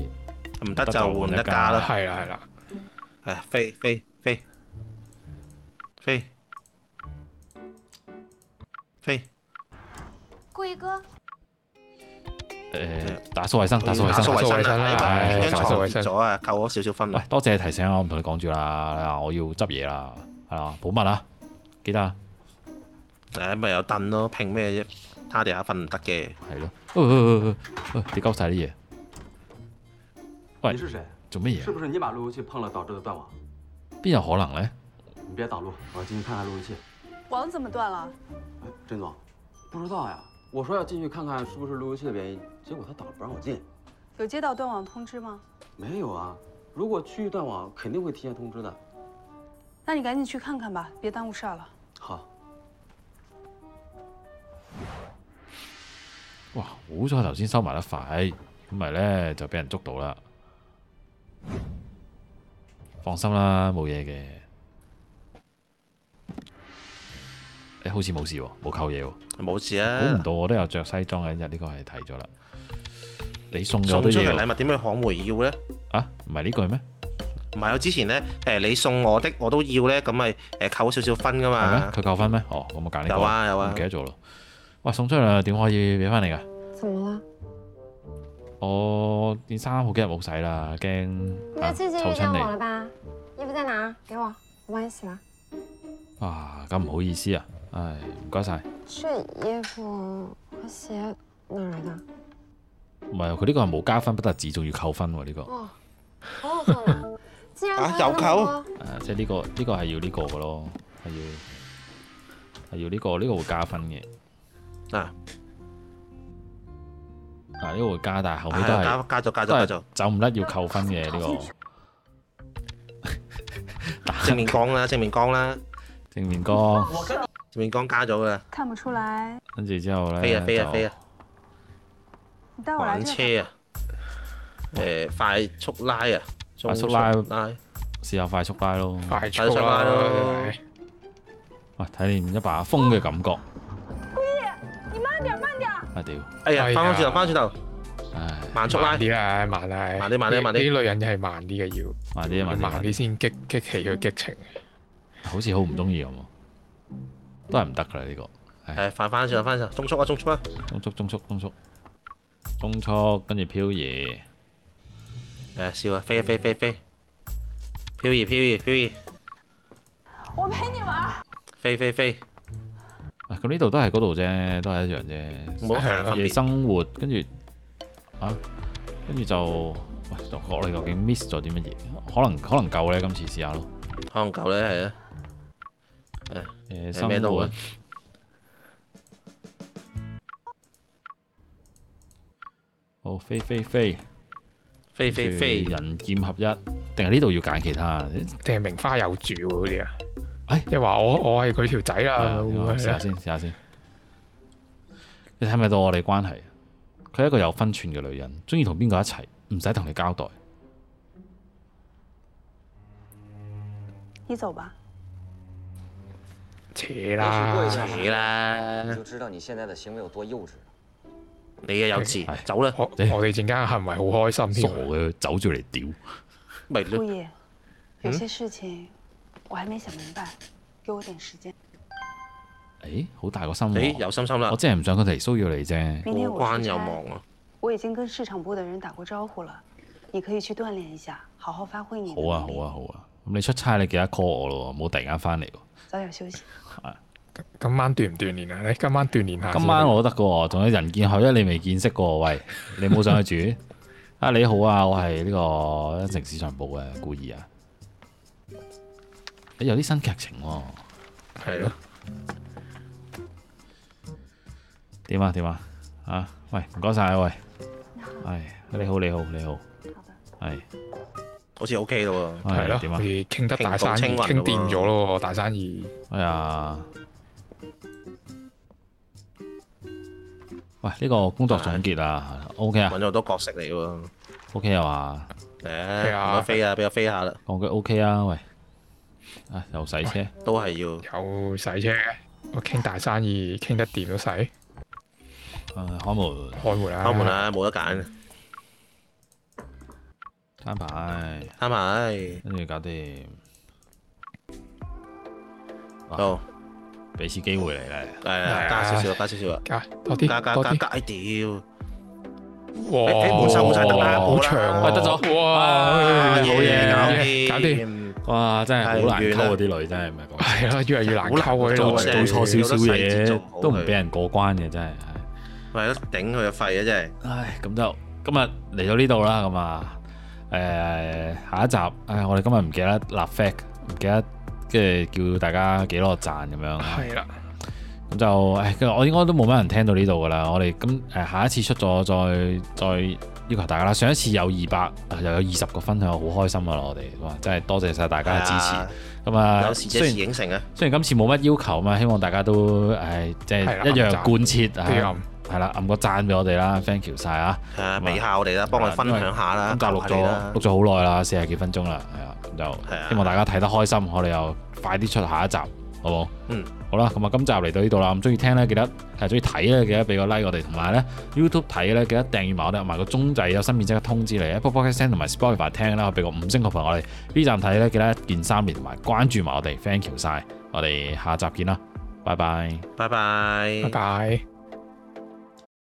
S2: 唔得就換一家啦。
S3: 係啦係啦，
S2: 唉，飛飛飛飛飛，
S6: 顾一哥，
S1: 誒打掃衞生，打掃
S2: 嗯打
S1: 衞
S2: 掃
S1: 生。
S2: 衞生啦，
S1: 打
S2: 呢
S1: 掃衞生啦打掃
S2: 張牀
S3: 衞
S2: 跌
S3: 生
S2: 咗啊，扣咗少少分
S1: 喂
S2: 啊，，
S1: 多謝你提醒我，唔同你講住啦，啊我要執嘢啦，係啦，保密啊，記得啊，
S2: 誒咪有凳咯，拼咩啫？他地下瞓唔得嘅，
S1: 係咯喂喂喂喂喂，跌鳩晒啲嘢，喂
S10: 你是谁？
S1: 做乜
S10: 是
S1: 嘢？
S10: 不是你把路由器碰了导致的断网？
S1: 邊有可能呢？
S10: 你别挡路，我要进去看看路由器。
S4: 网怎么断了？
S10: 哎，甄总，不知道呀，我说要进去看看是不是路由器的原因，结果他导了不让我进。
S4: 有接到断网通知吗？
S10: 没有啊，如果区域断网肯定会提前通知的。
S4: 那你赶紧去看看吧，别耽误事儿了。
S10: 好，
S1: 哇，好彩頭先收埋得快，咁咪呢就俾人捉到啦。放心啦，冇嘢嘅。誒，好似冇事喎，冇扣嘢喎。
S2: 冇事
S1: 估唔
S2: 啊。
S1: 到我都有着西裝嘅一日，呢個係睇咗啦。你送咗
S2: 送
S1: 啲
S2: 出
S1: 嘢
S2: 嘅
S1: 喎
S2: 禮物點去行回要咧？
S1: 啊？唔係呢句咩？
S2: 唔係我之前咧，誒你送我的我都要咧，咁咪誒扣少少分噶
S1: 係咩？
S2: 嘛。
S1: 佢扣分咩？哦，咁我揀呢個。
S2: 有啊有啊
S1: 唔記得咗咯。喂，送出嚟啦點可以俾翻你噶？
S9: 怎么了？
S1: 我件衫好幾日冇洗啦，驚
S9: 你
S1: 啊
S9: 的最近
S1: 臭
S9: 又断网
S1: 親
S9: 了吧？衣服在哪儿？给我，我帮你洗了。
S1: 你。哇，咁唔好意思啊，唉，唔該晒。
S9: 这衣服和鞋哪儿来的？
S1: 唔係，佢呢個係冇加分不特止，仲要扣分喎呢個。
S9: 哦，好好送
S6: <laughs>
S9: 的。既然
S2: 啊
S9: 朋友那么
S2: 有
S9: 多，
S1: 誒，即係呢個呢個係要呢個嘅咯，係要係要呢個呢個會加分嘅。
S2: 啊，
S1: 嗱，啊呢個會加，但係後尾都係。
S2: 啊加加咗加
S1: 都
S2: 咗
S1: 係
S2: 加咗，
S1: 走唔甩要扣分嘅呢個
S2: 正面光啦，正面光啦，
S1: 正面光，
S2: 正面光加咗噶，
S4: 看不出来，
S1: 跟住之後呢，
S2: 飛啊飛啊
S1: 就
S2: 飛啊！
S4: 你带我来
S2: 玩
S4: 这
S2: 車
S4: 个吧。
S2: 啊，誒、快速拉啊，
S1: 快速拉，試下快速拉咯，
S3: 快速啊拉咯。
S1: 哇！體驗一把風嘅感覺。
S11: 姑爺，你哎慢點，慢點。
S1: 啊屌！哎
S2: 哎呀，翻轉頭，翻轉頭。
S1: 唉，
S2: 慢速拉
S3: 啲啦，慢啦，
S2: 慢啲，慢啲，慢啲。
S3: 呢類人係慢啲嘅要。
S1: 慢啲，慢啲，
S3: 慢啲先激激起佢激情。
S1: 好似好唔中意咁喎，都係唔得㗎啦呢個。
S2: 係，快翻轉頭，翻轉頭，中速啊，中速啊！
S1: 中速，中速，中速，中速，跟住漂移。
S2: 誒，笑啊，飛啊，飛飛飛！漂移，漂移，漂移！
S11: 我陪你玩。
S2: 飛飛飛！
S1: 啊，咁呢度都係嗰度啫，都係一樣啫。
S2: 冇
S3: 啊
S2: 係分別
S1: 夜生活，跟住啊，跟住就喂，我哋究竟 miss 咗啲乜嘢？可能可能夠咧，今次試下咯。
S2: 可能夠咧，係啊。
S1: 夜
S2: 誒
S1: 生
S2: 咩都
S1: 活
S2: 玩。
S1: 好飛飛飛
S2: 飛飛飛
S1: 跟住人劍合一，定係呢度要揀其他？啊
S3: 定係名花有主喎嗰啲啊？即係話我我係佢條仔啦，啊會唔會
S1: 啊試下
S3: 係
S1: 先，試下先。你睇唔睇到我哋關係？佢係一個有分寸嘅女人，中意同邊個一齊，唔使同你交代。
S4: 你走吧。
S3: 扯
S7: 啦
S3: 啦，
S2: 扯啦！
S7: 你就知道你現在的行為有多幼稚。
S2: 你嘅幼稚，走啦！
S3: 我我哋陣間行為好開心添。啊
S1: 傻嘅，走住嚟屌。
S2: 咪
S4: 姑爺，
S1: 嗯
S4: 有些事情我還没想明白，给我点时间。
S1: 誒，好大個心
S2: 咦
S1: 喎！
S2: 有心心啦！
S1: 我真係唔想佢哋騷擾你啫。
S4: 明天我
S2: 關
S4: 出差
S2: 有忙啊！
S4: 我已经跟市场部的人打过招呼了，你可以去锻炼一下，好好发挥你的
S1: 好啊，
S4: 能力，
S1: 好啊，好啊。咁你出差你記得 call 我咯，唔好突然間翻嚟喎。
S4: 早點休息。
S3: 今晚鍛唔鍛鍊啊？你今晚鍛鍊下先。
S1: 今晚我都得嘅喎，仲有人見合一你未見識過喎，喂，你冇上去住？啊你好啊，我係呢個城市上報嘅故意啊，你有啲新劇情喎、
S3: 係咯，
S1: 點啊點啊啊，喂唔該晒啊喂，唉你好你好你好，哎係
S2: 好似 OK 咯喎。
S3: 係咯，
S1: 點啊
S3: 我哋傾得大生
S2: 平
S3: 意，
S2: 步青雲
S3: 傾
S2: 咯喎
S3: 掂咗咯，大生意。
S1: 哎呀，喂呢、個工作總結啊，OK 啊
S2: 揾咗好多角色嚟喎。
S1: OK 啊嘛，
S2: 誒，
S3: 啊
S2: 咁啊飛啊，俾我飛下啦，
S1: 講句 OK 啊喂，啊又洗車。
S2: 都係要。
S3: 有使啫，我傾大生意傾得掂都使，
S1: 誒
S3: 開
S1: 啊開門
S3: 門啦，
S2: 開門，啦，冇得揀。
S1: 攤牌，
S2: 攤牌，
S1: 跟住搞掂。
S2: 好，
S1: 俾次機會你咧。
S2: 係啊
S3: 係啊
S2: 加少少，加少少啊，
S3: 加多啲
S2: 加加
S3: 多
S2: 加
S3: 啲
S2: 加，哎屌！
S3: 哇，
S2: 哎冇晒冇晒得啦
S3: 好
S2: 冇啦
S3: 長
S1: 喂
S3: 喎，
S1: 得咗
S3: 哇，
S1: 好嘢
S2: 搞
S3: 搞
S2: 掂，
S1: 哇！真係好難溝
S2: 太遠
S1: 啊
S2: 啦
S1: 啲女，真係唔係
S2: <laughs>
S1: 講
S3: 係啊，越嚟越難溝啊呢
S1: 做
S3: 度
S2: 做
S1: 做錯少少
S2: 有得細節做好
S1: 嘢
S2: 佢
S1: 都唔俾人過關嘅，真係。係
S2: 為咗頂佢嘅肺啊，真
S1: 唉，咁就今日嚟到呢度啦，咁啊，誒下一集，唉，我哋今日唔記得立 flag，唔記得即係叫大家幾多個讚咁樣。
S3: 係啦，
S1: 咁就誒，我應該都冇乜人聽到呢度噶啦。我哋咁誒下一次出咗再再要求大家啦。上一次有二百，啊又有二十個分享，好開心啊！我哋哇，真係多謝晒大家嘅支
S2: 係啊
S1: 持。咁啊
S2: 係，有時即
S1: 雖
S2: 時
S1: 然
S2: 影成啊，
S1: 雖然今次冇乜要求嘛，希望大家都誒即係
S3: 係啦
S1: 一樣
S3: 暗讚
S1: 貫徹
S3: 都要
S1: 啊
S3: 暗，
S1: 係啦，撳個讚俾我哋啦，thank you 晒啊！
S2: 係啊，俾下我哋啦，幫我哋分享下啦，
S1: 咁就錄
S2: 求下你
S1: 咗
S2: 啦
S1: 錄，咗好耐啦，四十幾分鐘啦，係啊，咁
S2: 係啊
S1: 就希望大家睇得開心，我哋又快啲出下一集，好冇？
S2: 嗯，
S1: 好啦，咁啊，今集嚟到呢度啦。咁中意聽咧，記得係中意睇咧，記得俾個 like 我哋，同埋咧 YouTube 睇咧，記得訂閱埋我哋，同埋個鐘仔啊有新片即刻通知你。Apple Podcast 同埋 Spotify 聽啦，俾個五星好評我哋。B 站睇咧，記得一鍵三連同埋關注埋我哋，thank you 晒。我哋下集見啦，拜拜。
S2: 拜
S3: 拜
S2: 拜。
S3: 拜。